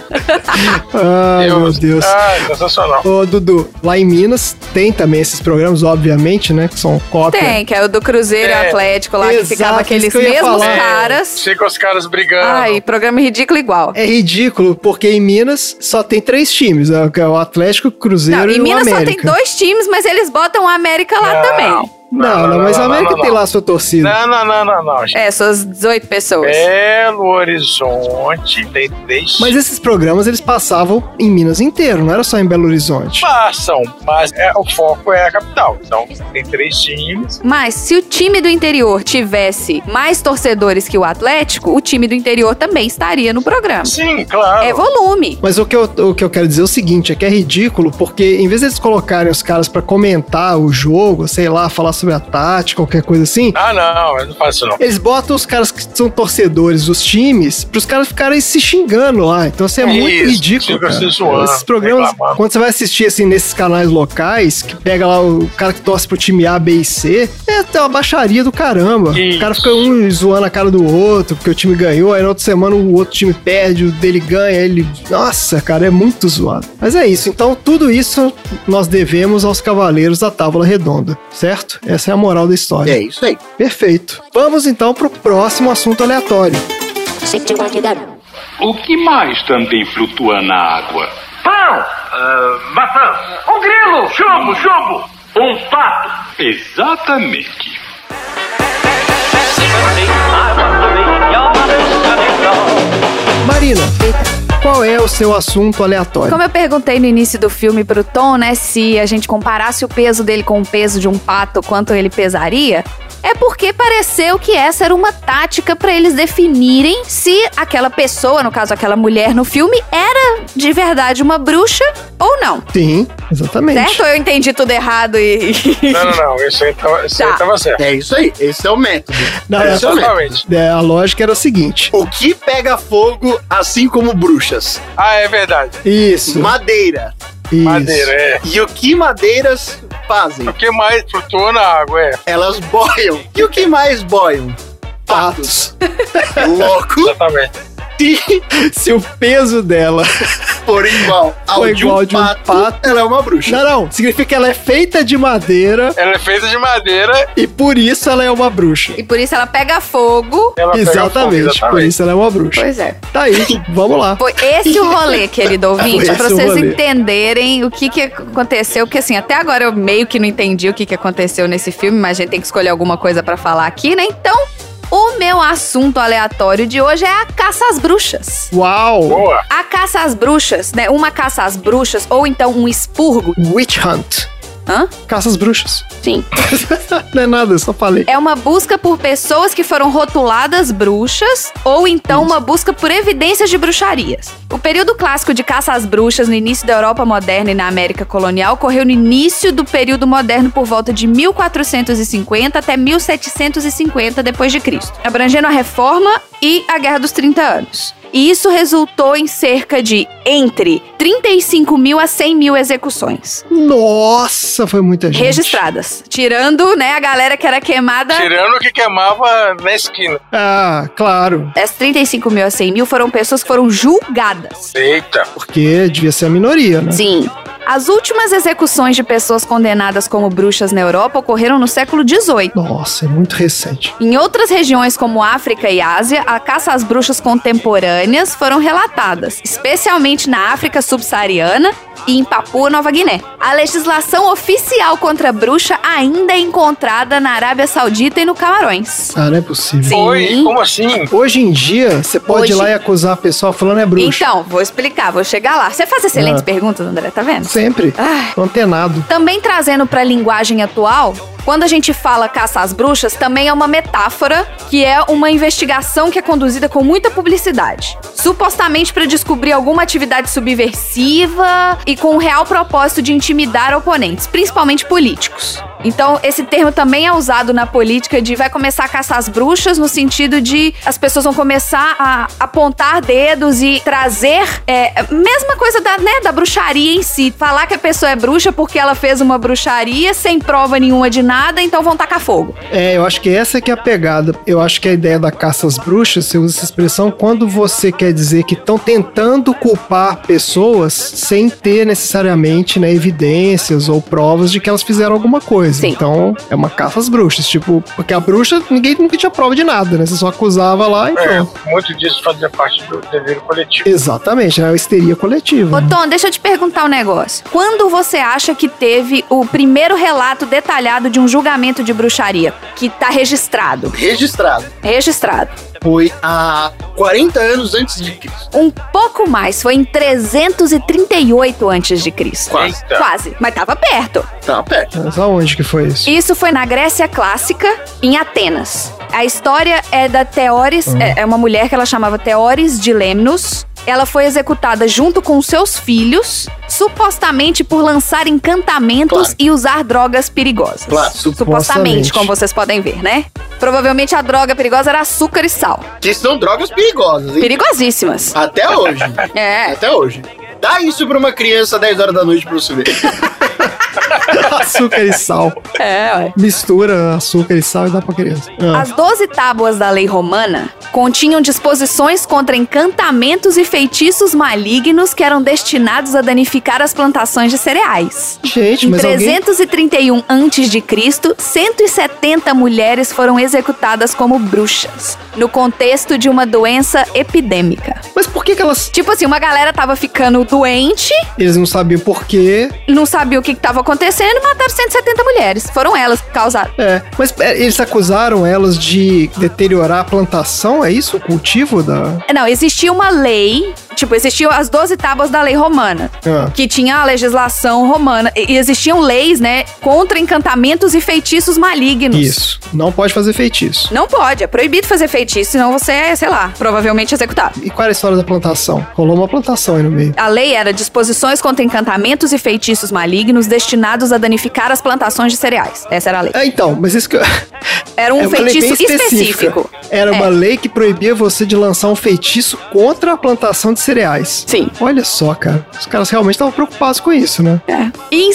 [SPEAKER 3] Ai, meu Deus.
[SPEAKER 2] Ah, sensacional.
[SPEAKER 3] Ô, Dudu, lá em Minas tem também esses programas, obviamente, né? Que são cópia.
[SPEAKER 4] Tem, que é o do Cruzeiro
[SPEAKER 2] É,
[SPEAKER 4] Atlético lá,
[SPEAKER 3] exato,
[SPEAKER 4] que ficava
[SPEAKER 3] isso
[SPEAKER 4] aqueles
[SPEAKER 3] que eu ia
[SPEAKER 4] mesmos
[SPEAKER 3] falar.
[SPEAKER 4] caras.
[SPEAKER 2] Sei que os caras brigando.
[SPEAKER 4] Ai, programa ridículo igual.
[SPEAKER 3] É ridículo, porque em Minas só tem três times: né, que é o Atlético, o Cruzeiro
[SPEAKER 4] Não,
[SPEAKER 3] e
[SPEAKER 4] em
[SPEAKER 3] o
[SPEAKER 4] Minas
[SPEAKER 3] América.
[SPEAKER 4] só tem dois times, mas eles botam o América lá
[SPEAKER 2] Não.
[SPEAKER 4] também.
[SPEAKER 3] Não, não, mas o América
[SPEAKER 2] não,
[SPEAKER 3] tem
[SPEAKER 2] não.
[SPEAKER 3] lá a sua torcida.
[SPEAKER 2] Não, não, não, não, não. gente.
[SPEAKER 4] É, suas 18 pessoas.
[SPEAKER 2] É. Belo Horizonte tem três.
[SPEAKER 3] Mas esses programas eles passavam em Minas inteiro, não era só em Belo Horizonte.
[SPEAKER 2] passam, mas é, o foco é a capital. Então tem três times.
[SPEAKER 4] Mas se o time do interior tivesse mais torcedores que o Atlético, o time do interior também estaria no programa.
[SPEAKER 2] Sim, claro.
[SPEAKER 4] É volume.
[SPEAKER 3] Mas o que, eu, o que eu quero dizer é o seguinte, é que é ridículo, porque em vez deles colocarem os caras pra comentar o jogo, sei lá, falar sobre a tática, qualquer coisa assim,
[SPEAKER 2] Ah, não, eu não faço isso não.
[SPEAKER 3] eles botam os caras que são torcedores dos times pros caras ficarem se xingando lá. Então assim, é,
[SPEAKER 2] É
[SPEAKER 3] muito
[SPEAKER 2] isso,
[SPEAKER 3] ridículo.
[SPEAKER 2] fica
[SPEAKER 3] cara.
[SPEAKER 2] se zoando,
[SPEAKER 3] Esses programas,
[SPEAKER 2] reclamando.
[SPEAKER 3] quando você vai assistir assim nesses canais locais, que pega lá o cara que torce pro time A, B e C, é até uma baixaria do caramba.
[SPEAKER 2] Isso.
[SPEAKER 3] O cara fica um zoando a cara do outro, porque o time ganhou, aí na outra semana o outro time perde, o dele ganha, ele. Nossa, cara, é muito zoado. Mas é isso. Então, tudo isso nós devemos aos cavaleiros da Tábua Redonda, certo? Essa é a moral da história.
[SPEAKER 1] É isso aí.
[SPEAKER 3] Perfeito. Vamos então pro próximo assunto aleatório.
[SPEAKER 7] O que mais também flutua na água?
[SPEAKER 8] Pão, ah, maçã, um grilo,
[SPEAKER 7] Hum.
[SPEAKER 8] chumbo, chumbo, um pato.
[SPEAKER 7] Exatamente.
[SPEAKER 3] Marina, qual é o seu assunto aleatório?
[SPEAKER 4] Como eu perguntei no início do filme pro Tom, né, se a gente comparasse o peso dele com o peso de um pato, quanto ele pesaria, é porque pareceu que essa era uma tática pra eles definirem se aquela pessoa, no caso aquela mulher no filme, era de verdade uma bruxa ou não.
[SPEAKER 3] Sim, exatamente.
[SPEAKER 4] Certo? Ou eu entendi tudo errado e.
[SPEAKER 2] Não, não, não. Isso aí tava, isso
[SPEAKER 4] então. Tá.
[SPEAKER 2] aí tava certo.
[SPEAKER 1] É isso aí. Esse é o método.
[SPEAKER 3] Não,
[SPEAKER 1] é
[SPEAKER 3] é
[SPEAKER 1] isso aí.
[SPEAKER 2] Exatamente.
[SPEAKER 3] É, a lógica era a seguinte.
[SPEAKER 1] O que pega fogo, assim como bruxas?
[SPEAKER 2] Ah, é verdade.
[SPEAKER 3] Isso,
[SPEAKER 1] Madeira.
[SPEAKER 3] isso.
[SPEAKER 2] Madeira, é.
[SPEAKER 1] E o que madeiras fazem?
[SPEAKER 2] O que mais flutua na água é?
[SPEAKER 1] Elas boiam. E o que mais boiam?
[SPEAKER 3] Patos.
[SPEAKER 1] Louco,
[SPEAKER 2] Exatamente.
[SPEAKER 1] se
[SPEAKER 3] Se o peso dela...
[SPEAKER 1] for igual ao
[SPEAKER 3] For
[SPEAKER 1] de,
[SPEAKER 3] igual
[SPEAKER 1] um,
[SPEAKER 3] de um
[SPEAKER 1] pato,
[SPEAKER 3] pato.
[SPEAKER 1] ela é uma bruxa.
[SPEAKER 3] Não, não. Significa que ela é feita de madeira
[SPEAKER 2] Ela é feita de madeira.
[SPEAKER 3] e por isso ela é uma bruxa.
[SPEAKER 4] E por isso ela pega fogo.
[SPEAKER 2] Ela pega fogo,
[SPEAKER 3] Exatamente, por
[SPEAKER 2] exatamente.
[SPEAKER 3] isso ela é uma bruxa.
[SPEAKER 4] Pois é.
[SPEAKER 3] Tá aí, vamos lá.
[SPEAKER 4] Foi esse o rolê, querido ouvinte,
[SPEAKER 3] Foi
[SPEAKER 4] pra
[SPEAKER 3] esse o
[SPEAKER 4] vocês
[SPEAKER 3] rolê.
[SPEAKER 4] entenderem o que, que aconteceu. Porque, assim, até agora eu meio que não entendi o que, que aconteceu nesse filme, mas a gente tem que escolher alguma coisa pra falar aqui, né? Então, o meu assunto aleatório de hoje é a caça às bruxas.
[SPEAKER 3] Uau!
[SPEAKER 2] Boa.
[SPEAKER 4] A caça às bruxas, né? Uma caça às bruxas, ou então um expurgo.
[SPEAKER 3] Witch Hunt.
[SPEAKER 4] Hã?
[SPEAKER 3] Caça às bruxas.
[SPEAKER 4] Sim.
[SPEAKER 3] Não é nada, eu só falei.
[SPEAKER 4] É uma busca por pessoas que foram rotuladas bruxas ou então uma busca por evidências de bruxarias. O período clássico de caça às bruxas no início da Europa moderna e na América colonial ocorreu no início do período moderno por volta de 1450 até 1750 depois de Cristo, abrangendo a Reforma e a Guerra dos 30 Anos. E isso resultou em cerca de entre 35 mil a 100 mil execuções
[SPEAKER 3] Nossa, foi muita gente.
[SPEAKER 4] registradas. Tirando, né, a galera que era queimada.
[SPEAKER 2] Tirando o que queimava na esquina.
[SPEAKER 3] Ah, claro.
[SPEAKER 4] As 35 mil a 100 mil foram pessoas que foram julgadas.
[SPEAKER 2] Eita.
[SPEAKER 3] Porque devia ser a minoria, né?
[SPEAKER 4] Sim. As últimas execuções de pessoas condenadas como bruxas na Europa ocorreram no século XVIII.
[SPEAKER 3] Nossa, é muito recente.
[SPEAKER 4] Em outras regiões como África e Ásia, a caça às bruxas contemporâneas foram relatadas, especialmente na África subsaariana e em Papua Nova Guiné. A legislação oficial contra a bruxa ainda é encontrada na Arábia Saudita e no Camarões.
[SPEAKER 3] Ah, não é possível.
[SPEAKER 4] Sim.
[SPEAKER 2] Oi, como assim?
[SPEAKER 3] Hoje em dia, você pode
[SPEAKER 4] Hoje-
[SPEAKER 3] ir lá e acusar a pessoa falando é bruxo.
[SPEAKER 4] Então, vou explicar, vou chegar lá. Você faz excelentes
[SPEAKER 3] Ah.
[SPEAKER 4] perguntas, André, tá vendo?
[SPEAKER 3] Sempre.
[SPEAKER 4] Ah.
[SPEAKER 3] Tô Antenado.
[SPEAKER 4] Também trazendo pra linguagem atual, quando a gente fala caça às bruxas, também é uma metáfora que é uma investigação que é conduzida com muita publicidade, supostamente pra descobrir alguma atividade subversiva e com o real propósito de intimidar oponentes, principalmente políticos. Então, esse termo também é usado na política de vai começar a caçar as bruxas, no sentido de as pessoas vão começar a apontar dedos e trazer. É, mesma coisa da, né, da bruxaria em si. Falar que a pessoa é bruxa porque ela fez uma bruxaria sem prova nenhuma de nada, então vão tacar fogo.
[SPEAKER 3] É, eu acho que essa que é a pegada. Eu acho que a ideia da caça às bruxas, você usa essa expressão quando você quer dizer que estão tentando culpar pessoas sem ter necessariamente né, evidências ou provas de que elas fizeram alguma coisa.
[SPEAKER 4] Sim.
[SPEAKER 3] Então, é uma caça às bruxas. Tipo, porque a bruxa, ninguém nunca tinha prova de nada, né? Você só acusava lá e
[SPEAKER 2] É,
[SPEAKER 3] pronto.
[SPEAKER 2] muito disso fazia parte do dever coletivo.
[SPEAKER 3] Exatamente, né? A histeria coletiva.
[SPEAKER 4] Ô,
[SPEAKER 3] né?
[SPEAKER 4] Tom, deixa eu te perguntar um negócio. Quando você acha que teve o primeiro relato detalhado de um julgamento de bruxaria que tá registrado?
[SPEAKER 1] Registrado.
[SPEAKER 4] Registrado.
[SPEAKER 1] Foi há 40 anos antes de Cristo.
[SPEAKER 4] Um pouco mais, foi em 338 a.C.
[SPEAKER 1] Quase.
[SPEAKER 2] Eita.
[SPEAKER 4] Quase, mas tava perto.
[SPEAKER 1] Tá perto.
[SPEAKER 3] Mas aonde que foi isso?
[SPEAKER 4] Isso foi na Grécia Clássica, em Atenas. A história é da Teores, é, é uma mulher que ela chamava Teores de Lemnos. Ela foi executada junto com seus filhos, supostamente por lançar encantamentos
[SPEAKER 1] Claro.
[SPEAKER 4] e usar drogas perigosas.
[SPEAKER 1] Claro,
[SPEAKER 4] supostamente,
[SPEAKER 3] supostamente.
[SPEAKER 4] como vocês podem ver, né? Provavelmente a droga perigosa era açúcar e sal.
[SPEAKER 1] Que são drogas perigosas, hein?
[SPEAKER 4] Perigosíssimas.
[SPEAKER 1] Até hoje.
[SPEAKER 4] É,
[SPEAKER 1] Até hoje. Dá isso pra uma criança às 10 horas da noite pra você ver.
[SPEAKER 3] açúcar e sal.
[SPEAKER 4] é, ué.
[SPEAKER 3] Mistura açúcar e sal e dá pra criança. Ah.
[SPEAKER 4] As 12 tábuas da lei romana continham disposições contra encantamentos e feitiços malignos que eram destinados a danificar as plantações de cereais.
[SPEAKER 3] Gente,
[SPEAKER 4] Em
[SPEAKER 3] mas alguém...
[SPEAKER 4] 331 a.C., 170 mulheres foram executadas como bruxas, no contexto de uma doença epidêmica.
[SPEAKER 3] Mas por que que elas...
[SPEAKER 4] Tipo assim, uma galera tava ficando doente,
[SPEAKER 3] Eles não sabiam por quê,
[SPEAKER 4] não sabia o que, que tava acontecendo e mataram 170 mulheres. Foram elas que causaram.
[SPEAKER 3] É, mas é, eles acusaram elas de deteriorar a plantação, é isso? O cultivo da.
[SPEAKER 4] Não, existia uma lei, tipo, existiam as 12 tábuas da lei romana.
[SPEAKER 3] Ah,
[SPEAKER 4] que tinha a legislação romana e e existiam leis, né, contra encantamentos e feitiços malignos.
[SPEAKER 3] isso. Não pode fazer feitiço.
[SPEAKER 4] Não pode, é proibido fazer feitiço, senão você é, sei lá, provavelmente executado.
[SPEAKER 3] E qual era a história da plantação? Rolou uma plantação aí no meio.
[SPEAKER 4] A lei era disposições contra encantamentos e feitiços malignos destinados a danificar as plantações de cereais. Essa era a lei.
[SPEAKER 3] É, então, mas isso que eu.
[SPEAKER 4] Era um
[SPEAKER 3] é uma lei bem
[SPEAKER 4] feitiço
[SPEAKER 3] específica.
[SPEAKER 4] específico.
[SPEAKER 3] Era uma
[SPEAKER 4] É.
[SPEAKER 3] lei que proibia você de lançar um feitiço contra a plantação de cereais.
[SPEAKER 4] Sim.
[SPEAKER 3] Olha só, cara. Os caras realmente estavam preocupados com isso, né?
[SPEAKER 4] E em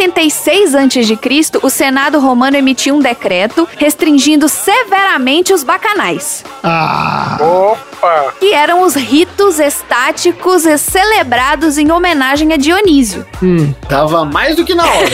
[SPEAKER 4] 186 a.C., o Senado romano emitiu um decreto restringindo severamente os bacanais.
[SPEAKER 3] Ah.
[SPEAKER 2] Opa!
[SPEAKER 4] que eram os ritos estáticos e celebrados em homenagem a Dionísio.
[SPEAKER 3] hum.
[SPEAKER 1] Tava mais do que na hora.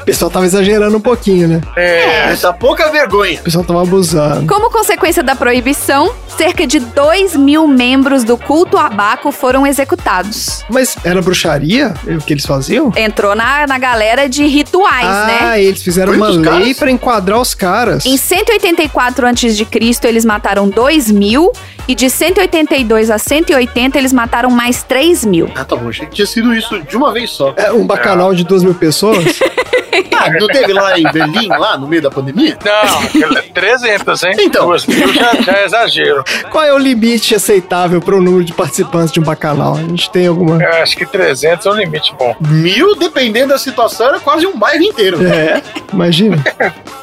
[SPEAKER 3] O pessoal tava exagerando um pouquinho, né?
[SPEAKER 2] É,
[SPEAKER 1] Essa pouca vergonha.
[SPEAKER 3] O pessoal tava abusando.
[SPEAKER 4] Como consequência da proibição, cerca de 2 mil membros do culto abaco foram executados.
[SPEAKER 3] Mas era bruxaria o que eles faziam?
[SPEAKER 4] Entrou na, na galera de rituais, né?
[SPEAKER 3] ah, eles fizeram
[SPEAKER 1] Quantos
[SPEAKER 3] uma lei
[SPEAKER 1] caras?
[SPEAKER 3] pra enquadrar os caras.
[SPEAKER 4] Em 184 a.C., eles mataram 2 mil, e de 182 a 180, eles mataram mais 3 mil.
[SPEAKER 1] Ah, tá bom, achei que tinha sido isso de uma vez só.
[SPEAKER 3] É, um bacanal de duas mil pessoas?
[SPEAKER 1] Ah, Ah, não teve lá em Berlim, lá no meio da pandemia?
[SPEAKER 2] Não, aquela- 300, hein?
[SPEAKER 1] Então.
[SPEAKER 2] Duas mil já, já é exagero.
[SPEAKER 3] Qual é o limite aceitável para o número de participantes de um bacanal? A gente tem alguma.
[SPEAKER 2] Eu acho que 300 é um limite bom.
[SPEAKER 1] Mil, dependendo da situação, era quase um bairro inteiro.
[SPEAKER 3] É, imagina.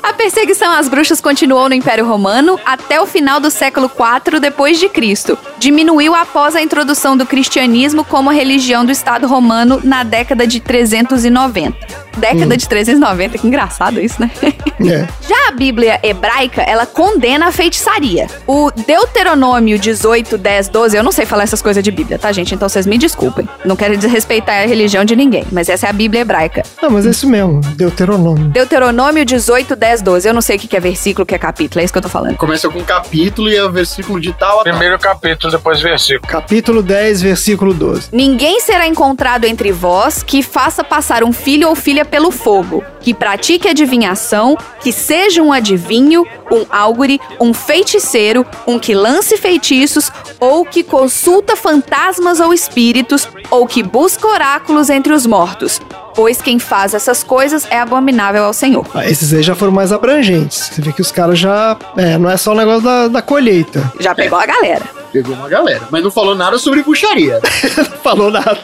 [SPEAKER 4] A perseguição às bruxas continuou no Império Romano até o final do século IV depois de Cristo. Diminuiu após a introdução do cristianismo como religião do Estado Romano na década de 390. Década de 390, que engraçado isso, né?
[SPEAKER 3] É.
[SPEAKER 4] Já a Bíblia hebraica, ela condena a feitiçaria. O Deuteronômio 18, 10, 12, eu não sei falar essas coisas de Bíblia, tá, gente? Então vocês me desculpem. Não quero desrespeitar a religião de ninguém, mas essa é a Bíblia hebraica.
[SPEAKER 3] Não, mas é isso mesmo, Deuteronômio.
[SPEAKER 4] Deuteronômio 18, 10, 12. Eu não sei o que que é versículo, o que é capítulo, é isso que eu tô falando.
[SPEAKER 1] Começa com um capítulo e é o versículo de tal a tal.
[SPEAKER 2] Primeiro capítulo, depois versículo.
[SPEAKER 3] Capítulo 10, versículo 12.
[SPEAKER 4] Ninguém será encontrado entre vós que faça passar um filho ou filha pelo fogo, que pratique adivinhação, que seja um adivinho, um álgore, um feiticeiro, um que lance feitiços, ou que consulta fantasmas ou espíritos, ou que busca oráculos entre os mortos. Pois quem faz essas coisas é abominável ao Senhor.
[SPEAKER 3] Ah, esses aí já foram mais abrangentes. Você vê que os caras já. É, não é só o negócio da, da colheita.
[SPEAKER 4] Já pegou a galera.
[SPEAKER 1] Pegou uma galera. Mas não falou nada sobre bruxaria.
[SPEAKER 3] Não falou nada.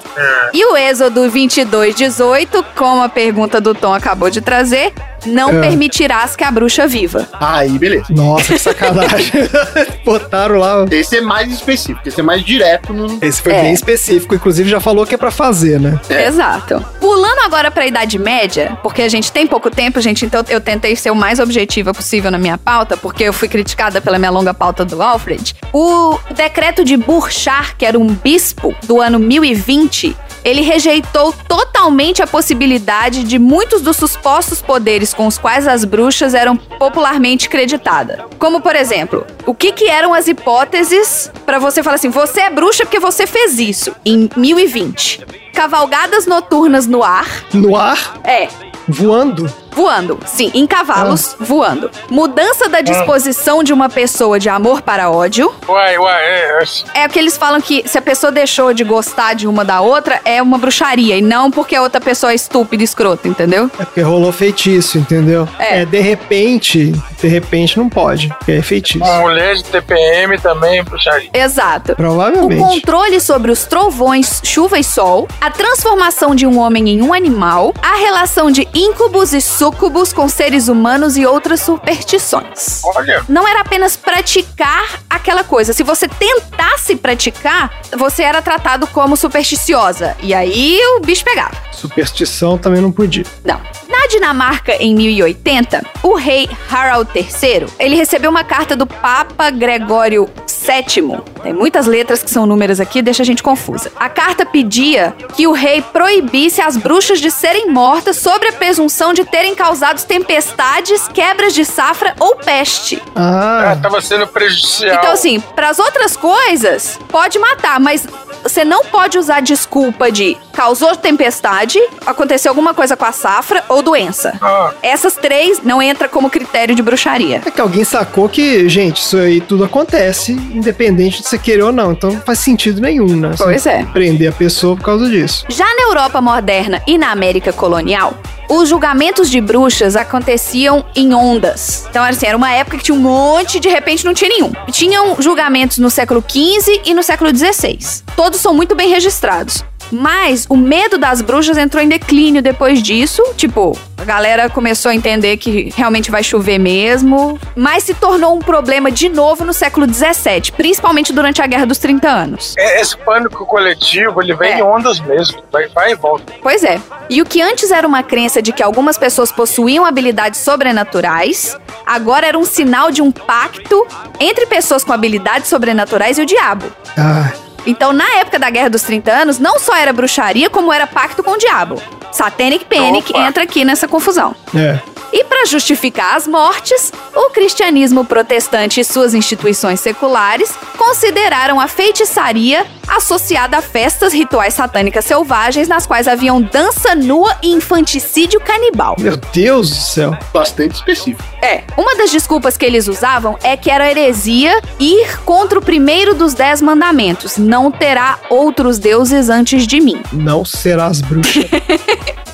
[SPEAKER 4] E o Êxodo 22, 18, como a pergunta do Tom acabou de trazer, não
[SPEAKER 3] É.
[SPEAKER 4] permitirás que a bruxa viva.
[SPEAKER 1] Aí, beleza.
[SPEAKER 3] Nossa, que sacanagem. Botaram lá.
[SPEAKER 1] Esse é mais específico, esse é mais direto no.
[SPEAKER 3] Esse foi
[SPEAKER 4] É.
[SPEAKER 3] bem específico, inclusive já falou que é pra fazer, né?
[SPEAKER 4] Exato. Pulando agora pra Idade Média, porque a gente tem pouco tempo, gente, então eu tentei ser o mais objetiva possível na minha pauta, porque eu fui criticada pela minha longa pauta do Alfred. O decreto de Burchard, que era um bispo do ano 1020, ele rejeitou totalmente a possibilidade de muitos dos supostos poderes com os quais as bruxas eram popularmente creditadas. Como, por exemplo, o que, que eram as hipóteses pra você falar assim, você é bruxa porque você fez isso, em 1020. Cavalgadas noturnas no ar,
[SPEAKER 3] No ar,
[SPEAKER 4] é,
[SPEAKER 3] voando.
[SPEAKER 4] voando, sim, em cavalos, voando. Mudança da disposição de uma pessoa de amor para ódio.
[SPEAKER 2] Uai, uai, é, é,
[SPEAKER 4] É que eles falam que se a pessoa deixou de gostar de uma da outra, é uma bruxaria, e não porque a outra pessoa é estúpida e escrota, entendeu?
[SPEAKER 3] É porque rolou feitiço, entendeu?
[SPEAKER 4] É.
[SPEAKER 3] de repente, de repente não pode, porque é feitiço.
[SPEAKER 2] mulher de TPM também, bruxaria.
[SPEAKER 4] Exato. O
[SPEAKER 3] Provavelmente.
[SPEAKER 4] controle sobre os trovões, chuva e sol, a transformação de um homem em um animal, a relação de íncubos e súcubos com seres humanos e outras superstições.
[SPEAKER 2] Olha,
[SPEAKER 4] Não era apenas praticar aquela coisa. Se você tentasse praticar, você era tratado como supersticiosa. E aí o bicho pegava.
[SPEAKER 3] Superstição também não podia.
[SPEAKER 4] Não. Na Dinamarca, em 1080, o rei Harald III, ele recebeu uma carta do Papa Gregório VII. Tem muitas letras que são números aqui, deixa a gente confusa. A carta pedia que o rei proibisse as bruxas de serem mortas sobre a presunção de terem causado tempestades, quebras de safra ou peste.
[SPEAKER 3] Ah,
[SPEAKER 2] ah, tava sendo prejudicial.
[SPEAKER 4] Então, assim, para as outras coisas, pode matar, mas você não pode usar desculpa de causou tempestade, aconteceu alguma coisa com a safra ou doença.
[SPEAKER 2] Ah,
[SPEAKER 4] Essas três não entra como critério de bruxaria.
[SPEAKER 3] é que alguém sacou que, gente, isso aí tudo acontece, independente de você querer ou não. Então não faz sentido nenhum, né? Você
[SPEAKER 4] Pois é.
[SPEAKER 3] Prender a pessoa por causa disso.
[SPEAKER 4] Já na Europa moderna e na América colonial, os julgamentos de bruxas aconteciam em ondas. Então, era assim, era uma época que tinha um monte, de repente não tinha nenhum. Tinham julgamentos no século XV e no século XVI. Todos são muito bem registrados. Mas o medo das bruxas entrou em declínio depois disso. Tipo, a galera começou a entender que realmente vai chover mesmo. Mas se tornou um problema de novo no século XVII, principalmente durante a Guerra dos 30 Anos.
[SPEAKER 2] é- esse pânico coletivo, ele vem
[SPEAKER 4] É.
[SPEAKER 2] em ondas mesmo. Vai, vai e volta. né?
[SPEAKER 4] Pois é. E o que antes era uma crença de que algumas pessoas possuíam habilidades sobrenaturais, agora era um sinal de um pacto entre pessoas com habilidades sobrenaturais e o diabo.
[SPEAKER 3] Ah,
[SPEAKER 4] Então, na época da Guerra dos 30 Anos, não só era bruxaria, como era pacto com o diabo. Satanic Panic
[SPEAKER 2] Opa.
[SPEAKER 4] entra aqui nessa confusão.
[SPEAKER 3] é.
[SPEAKER 4] E para justificar as mortes, o cristianismo protestante e suas instituições seculares consideraram a feitiçaria associada a festas rituais satânicas selvagens nas quais haviam dança nua e infanticídio canibal.
[SPEAKER 3] Meu Deus do céu.
[SPEAKER 1] Bastante específico.
[SPEAKER 4] É. Uma das desculpas que eles usavam é que era heresia ir contra o primeiro dos dez mandamentos: não terá outros deuses antes de mim.
[SPEAKER 3] Não serás bruxa.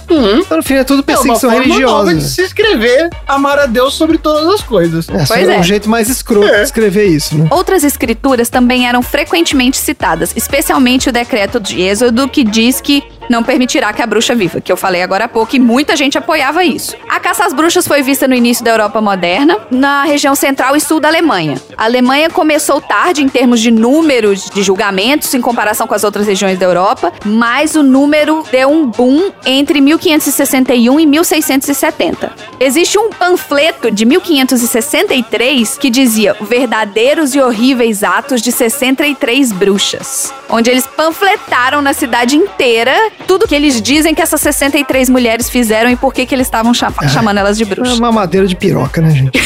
[SPEAKER 1] Uhum.
[SPEAKER 3] Então, no fim, é tudo
[SPEAKER 1] É uma
[SPEAKER 3] perseguição
[SPEAKER 1] forma nova de
[SPEAKER 3] religiosa.
[SPEAKER 1] se escrever amar a Deus sobre todas as coisas.
[SPEAKER 3] É, só
[SPEAKER 4] Pois é.
[SPEAKER 3] um jeito mais escroto de
[SPEAKER 1] É.
[SPEAKER 3] escrever isso, né?
[SPEAKER 4] Outras escrituras também eram frequentemente citadas, especialmente o decreto de Êxodo, que diz que não permitirá que a bruxa viva, que eu falei agora há pouco, e muita gente apoiava isso. A caça às bruxas foi vista no início da Europa moderna, na região central e sul da Alemanha. A Alemanha começou tarde em termos de números de julgamentos em comparação com as outras regiões da Europa, mas o número deu um boom entre 1561 e 1670. Existe um panfleto de 1563 que dizia Verdadeiros e Horríveis Atos de 63 Bruxas, onde eles panfletaram na cidade inteira tudo que eles dizem que essas 63 mulheres fizeram e por que, que eles estavam cha- chamando elas de
[SPEAKER 3] É
[SPEAKER 4] bruxas.
[SPEAKER 3] uma madeira de piroca, né, gente?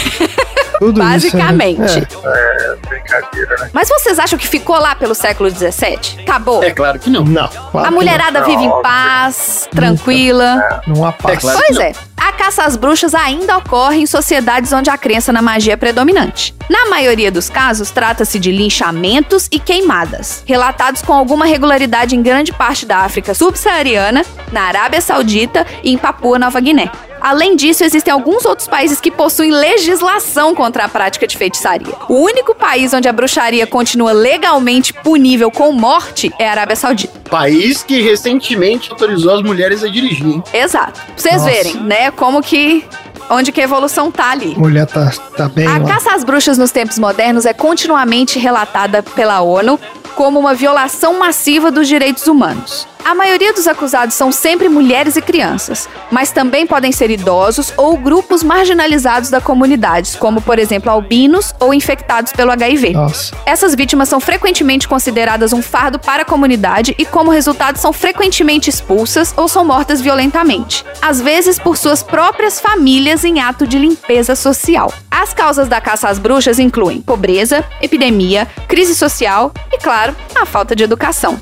[SPEAKER 3] Tudo isso, né?
[SPEAKER 4] Basicamente.
[SPEAKER 3] É.
[SPEAKER 2] Brincadeira, né?
[SPEAKER 4] Mas vocês acham que ficou lá pelo século XVII? Acabou.
[SPEAKER 1] É claro que não.
[SPEAKER 3] Não, claro.
[SPEAKER 4] A
[SPEAKER 3] que
[SPEAKER 4] mulherada
[SPEAKER 2] não.
[SPEAKER 4] vive em
[SPEAKER 2] Óbvio.
[SPEAKER 4] paz, tranquila.
[SPEAKER 3] Não, não há paz.
[SPEAKER 1] É claro.
[SPEAKER 4] Pois é, a caça às bruxas ainda ocorre em sociedades onde a crença na magia é predominante. Na maioria dos casos, trata-se de linchamentos e queimadas, relatados com alguma regularidade em grande parte da África subsaariana, na Arábia Saudita e em Papua Nova Guiné. Além disso, existem alguns outros países que possuem legislação contra a prática de feitiçaria. O único país onde a bruxaria continua legalmente punível com morte é a Arábia Saudita.
[SPEAKER 1] País que recentemente autorizou as mulheres a dirigir. hein?
[SPEAKER 4] Exato. Pra vocês
[SPEAKER 3] Nossa.
[SPEAKER 4] verem, né? Como que. Onde que a evolução tá ali.
[SPEAKER 3] Mulher tá, tá bem
[SPEAKER 4] A
[SPEAKER 3] lá.
[SPEAKER 4] caça às bruxas nos tempos modernos é continuamente relatada pela ONU como uma violação massiva dos direitos humanos. A maioria dos acusados são sempre mulheres e crianças, mas também podem ser idosos ou grupos marginalizados da comunidade, como, por exemplo, albinos ou infectados pelo HIV.
[SPEAKER 3] Nossa.
[SPEAKER 4] Essas vítimas são frequentemente consideradas um fardo para a comunidade e, como resultado, são frequentemente expulsas ou são mortas violentamente, às vezes por suas próprias famílias em ato de limpeza social. As causas da caça às bruxas incluem pobreza, epidemia, crise social e, claro, a falta de educação.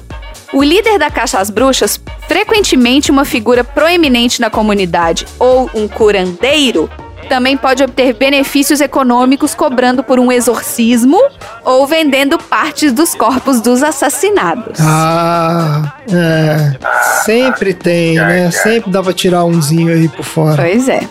[SPEAKER 4] O líder da Caixa às Bruxas, frequentemente uma figura proeminente na comunidade ou um curandeiro, também pode obter benefícios econômicos cobrando por um exorcismo ou vendendo partes dos corpos dos assassinados.
[SPEAKER 3] Ah, é. Sempre tem, né? Sempre dá pra tirar umzinho aí por fora.
[SPEAKER 4] Pois é.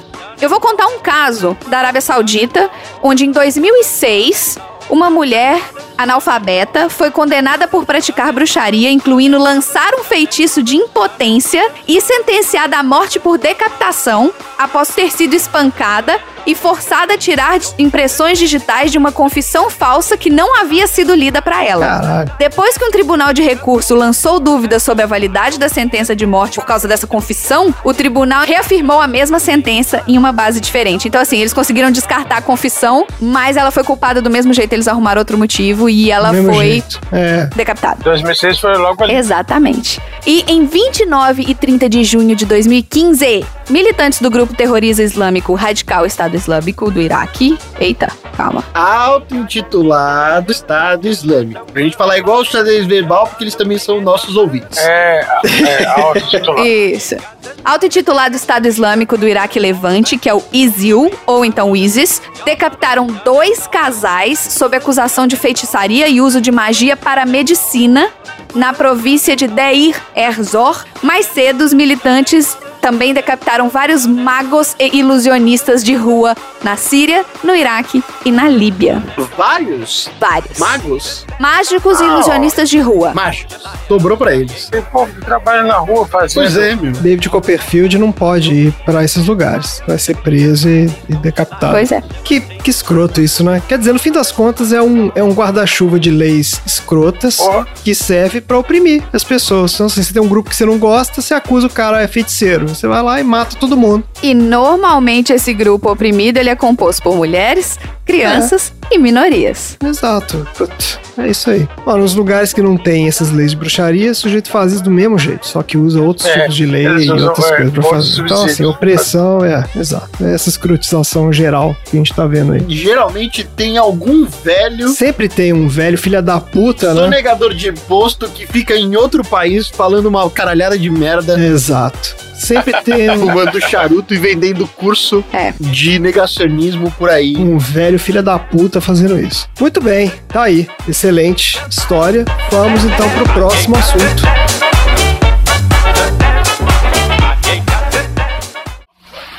[SPEAKER 4] Eu vou contar um caso da Arábia Saudita, onde em 2006, uma mulher analfabeta foi condenada por praticar bruxaria, incluindo lançar um feitiço de impotência e sentenciada à morte por decapitação após ter sido espancada e forçada a tirar impressões digitais de uma confissão falsa que não havia sido lida para ela.
[SPEAKER 3] Caralho.
[SPEAKER 4] Depois que um tribunal de recurso lançou dúvidas sobre a validade da sentença de morte por causa dessa confissão, o tribunal reafirmou a mesma sentença em uma base diferente. Então, assim, eles conseguiram descartar a confissão, mas ela foi culpada do mesmo jeito, eles arrumaram outro motivo e ela
[SPEAKER 3] do mesmo
[SPEAKER 4] foi
[SPEAKER 3] jeito. É.
[SPEAKER 4] decapitada.
[SPEAKER 2] 2006 foi logo ali.
[SPEAKER 4] Exatamente. E em 29 e 30 de junho de 2015, militantes do grupo terrorista islâmico Radical Estado Islâmico do Iraque. Eita, calma.
[SPEAKER 1] Auto-intitulado Estado Islâmico. Pra gente falar igual o xadrez verbal, porque eles também são nossos ouvintes.
[SPEAKER 2] É, é, alto titular.
[SPEAKER 4] Isso. Auto-intitulado Estado Islâmico do Iraque Levante, que é o ISIL, ou então ISIS, decapitaram dois casais sob acusação de feitiçaria e uso de magia para medicina na província de Deir Erzor. Mais cedo, os militantes também decapitaram vários magos e ilusionistas de rua na Síria, no Iraque e na Líbia.
[SPEAKER 1] Vários
[SPEAKER 4] Vários.
[SPEAKER 1] magos
[SPEAKER 4] Mágicos e ilusionistas de rua.
[SPEAKER 1] mágicos. Sobrou pra eles.
[SPEAKER 2] Tem povo que trabalha na rua fazendo.
[SPEAKER 1] Pois é, meu.
[SPEAKER 3] David Copperfield não pode ir pra esses lugares. Vai ser preso e, e decapitado.
[SPEAKER 4] Pois é.
[SPEAKER 3] Que, que escroto isso, né? Quer dizer, no fim das contas, é um, é um guarda-chuva de leis escrotas
[SPEAKER 2] Porra.
[SPEAKER 3] que serve pra oprimir as pessoas. Então, assim, você tem um grupo que você não gosta, você acusa o cara, é feiticeiro. Você vai lá e mata todo mundo.
[SPEAKER 4] E normalmente esse grupo oprimido ele é composto por mulheres, crianças e minorias.
[SPEAKER 3] Exato. Putz, É isso aí. Mano, nos lugares que não tem essas leis de bruxaria, o sujeito faz isso do mesmo jeito, só que usa outros
[SPEAKER 2] É,
[SPEAKER 3] tipos de lei
[SPEAKER 2] eles
[SPEAKER 3] e
[SPEAKER 2] usam,
[SPEAKER 3] outras
[SPEAKER 2] é,
[SPEAKER 3] coisas pra
[SPEAKER 2] outros
[SPEAKER 3] fazer. Então, assim,
[SPEAKER 2] subsídios.
[SPEAKER 3] opressão, é, exato. É essa escrotização geral que a gente tá vendo aí.
[SPEAKER 1] Geralmente tem algum velho
[SPEAKER 3] Sempre tem um velho filha da
[SPEAKER 1] Tá,
[SPEAKER 3] puta, né?
[SPEAKER 1] sonegador de imposto que fica em outro país falando uma caralhada de merda,
[SPEAKER 3] Exato. Sempre tem um,
[SPEAKER 1] fumando charuto e vendendo curso
[SPEAKER 4] É.
[SPEAKER 1] de negacionismo por aí.
[SPEAKER 3] um velho filha da puta fazendo isso. Muito bem, tá aí. Excelente história. Vamos então pro próximo assunto.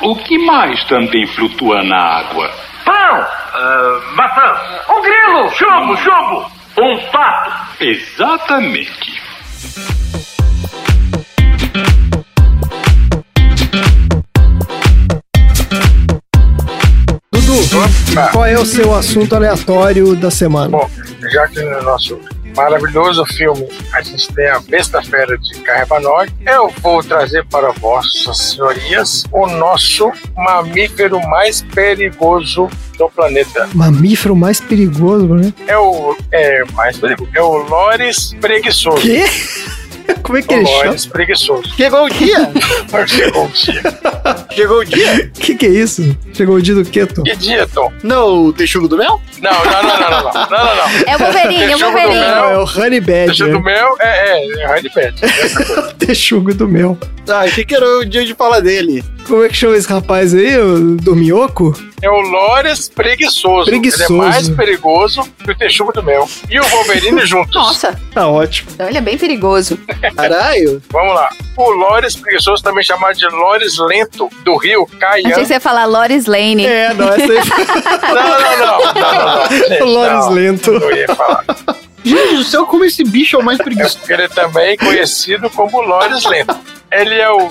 [SPEAKER 7] O que mais também flutua na água?
[SPEAKER 8] Pão, ah, maçã, um grilo, chumbo, chumbo, um pato.
[SPEAKER 7] Exatamente.
[SPEAKER 3] Dudu,
[SPEAKER 2] Opa.
[SPEAKER 3] qual é o seu assunto aleatório da semana?
[SPEAKER 2] Bom, já que no nosso maravilhoso filme a gente tem a besta-fera de Carrebanoi, eu vou trazer para vossas senhorias o nosso mamífero mais perigoso do planeta.
[SPEAKER 3] Mamífero mais perigoso, né?
[SPEAKER 2] É o. É, mais perigoso. É o Lores Preguiçoso.
[SPEAKER 3] Quê? Como é que
[SPEAKER 2] O
[SPEAKER 3] ele chama?
[SPEAKER 2] Lores Preguiçoso.
[SPEAKER 1] Chegou o dia!
[SPEAKER 2] Chegou o dia.
[SPEAKER 1] Chegou o dia!
[SPEAKER 3] Que que é isso? Chegou o dia do quê, Tom?
[SPEAKER 2] Que dia, Tom?
[SPEAKER 1] Não, o texugo do mel?
[SPEAKER 2] Não, não, não, não, não, não, não, não, não.
[SPEAKER 4] É o Wolverine, é o
[SPEAKER 2] Deixa eu
[SPEAKER 4] Wolverine.
[SPEAKER 2] mudar
[SPEAKER 3] É o Honey
[SPEAKER 2] Deixa do
[SPEAKER 3] Badger,
[SPEAKER 2] meu, é, é, é Hard Pet.
[SPEAKER 3] o texugo do meu.
[SPEAKER 1] Ah, achei que era o dia de falar dele.
[SPEAKER 3] Como é que chama esse rapaz aí, o- do minhoco?
[SPEAKER 2] É o Lores preguiçoso.
[SPEAKER 3] Preguiçoso.
[SPEAKER 2] Ele é mais perigoso que o Texugo do Mel. E o Wolverine juntos.
[SPEAKER 4] Nossa,
[SPEAKER 3] Tá ótimo.
[SPEAKER 4] então ele é bem perigoso.
[SPEAKER 1] Caralho!
[SPEAKER 2] Vamos lá. O Lores preguiçoso, também chamado de Lores lento, do rio
[SPEAKER 4] Achei
[SPEAKER 2] Caian.
[SPEAKER 4] que você ia falar Loris Lane.
[SPEAKER 3] É, não, essa aí
[SPEAKER 2] Não, não, não. não, não, não. Gente,
[SPEAKER 3] o Lores
[SPEAKER 2] não.
[SPEAKER 3] Lento.
[SPEAKER 2] Eu ia falar.
[SPEAKER 1] Gente do céu, como esse bicho é o mais
[SPEAKER 2] É
[SPEAKER 1] preguiçoso.
[SPEAKER 2] porque ele é também conhecido como Lores lento. Ele é o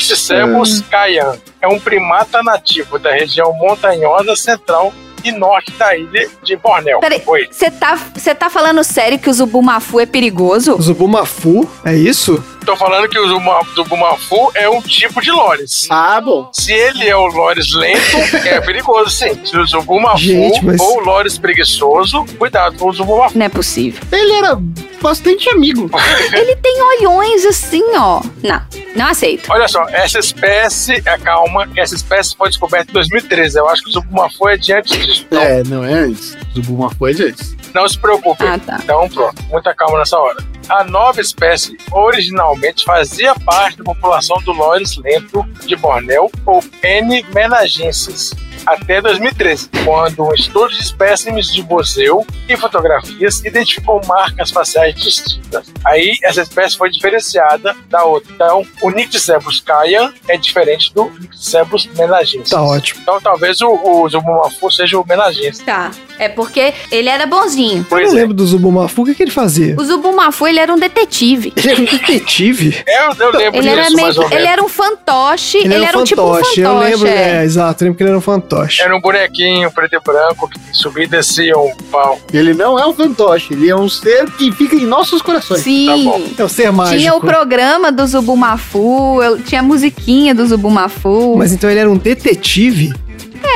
[SPEAKER 2] Nixicebus Caian. É um primata nativo da região montanhosa central e norte da ilha de Bornéu.
[SPEAKER 4] Peraí,
[SPEAKER 2] Oi.
[SPEAKER 4] você tá, você tá falando sério que o Zubumafu é perigoso?
[SPEAKER 3] Zubumafu, é isso?
[SPEAKER 2] Tô falando que o Zuma- do Gumafu é um tipo de Lores.
[SPEAKER 1] Ah, bom.
[SPEAKER 2] Se ele é o Lores lento, é perigoso, sim. Se o Zubumafu
[SPEAKER 3] Gente, mas-
[SPEAKER 2] ou o Lores preguiçoso, cuidado com o Zubumafu.
[SPEAKER 4] Não é possível.
[SPEAKER 1] Ele era bastante amigo.
[SPEAKER 4] Ele tem olhões assim, ó. Não, não aceito.
[SPEAKER 2] Olha só, essa espécie, é, calma, essa espécie foi descoberta em 2013. Eu acho que o Zubumafu é de antes disso. Então,
[SPEAKER 1] É, não é antes. Zubuma foi antes.
[SPEAKER 2] não se preocupe.
[SPEAKER 4] Ah, tá.
[SPEAKER 2] Então, pronto, muita calma nessa hora. A nova espécie originalmente fazia parte da população do Lores lento de Bornéu, ou N. menagensis, até 2013, quando um estudo de espécimes de museu e fotografias identificou marcas faciais distintas. Aí, essa espécie foi diferenciada da outra. Então, o Nycticebus caian é diferente do Nycticebus menagensis.
[SPEAKER 3] Tá ótimo.
[SPEAKER 2] Então, talvez o, o Zubumafu seja o menagensis.
[SPEAKER 4] Tá. É porque ele era bonzinho.
[SPEAKER 3] Eu
[SPEAKER 2] Pois
[SPEAKER 3] não
[SPEAKER 2] é.
[SPEAKER 3] lembro do Zubumafu, o que, que ele fazia?
[SPEAKER 4] O Zubumafu, ele era um detetive.
[SPEAKER 3] Ele era um detetive?
[SPEAKER 2] Eu, eu lembro
[SPEAKER 4] Ele
[SPEAKER 2] disso,
[SPEAKER 4] era,
[SPEAKER 2] mais
[SPEAKER 4] meio,
[SPEAKER 2] ou menos.
[SPEAKER 4] ele era um fantoche, ele, era, um tipo um fantoche.
[SPEAKER 3] eu lembro,
[SPEAKER 4] é.
[SPEAKER 3] é, exato, eu lembro que ele era um fantoche.
[SPEAKER 2] Era um bonequinho preto e branco que subia e descia um pau.
[SPEAKER 1] Ele não é um fantoche, ele é um ser que fica em nossos corações.
[SPEAKER 4] Sim.
[SPEAKER 2] Tá bom.
[SPEAKER 3] É o ser mágico.
[SPEAKER 4] Tinha o programa do Zubumafu, eu, tinha a musiquinha do Zubumafu.
[SPEAKER 3] Mas então ele era um detetive?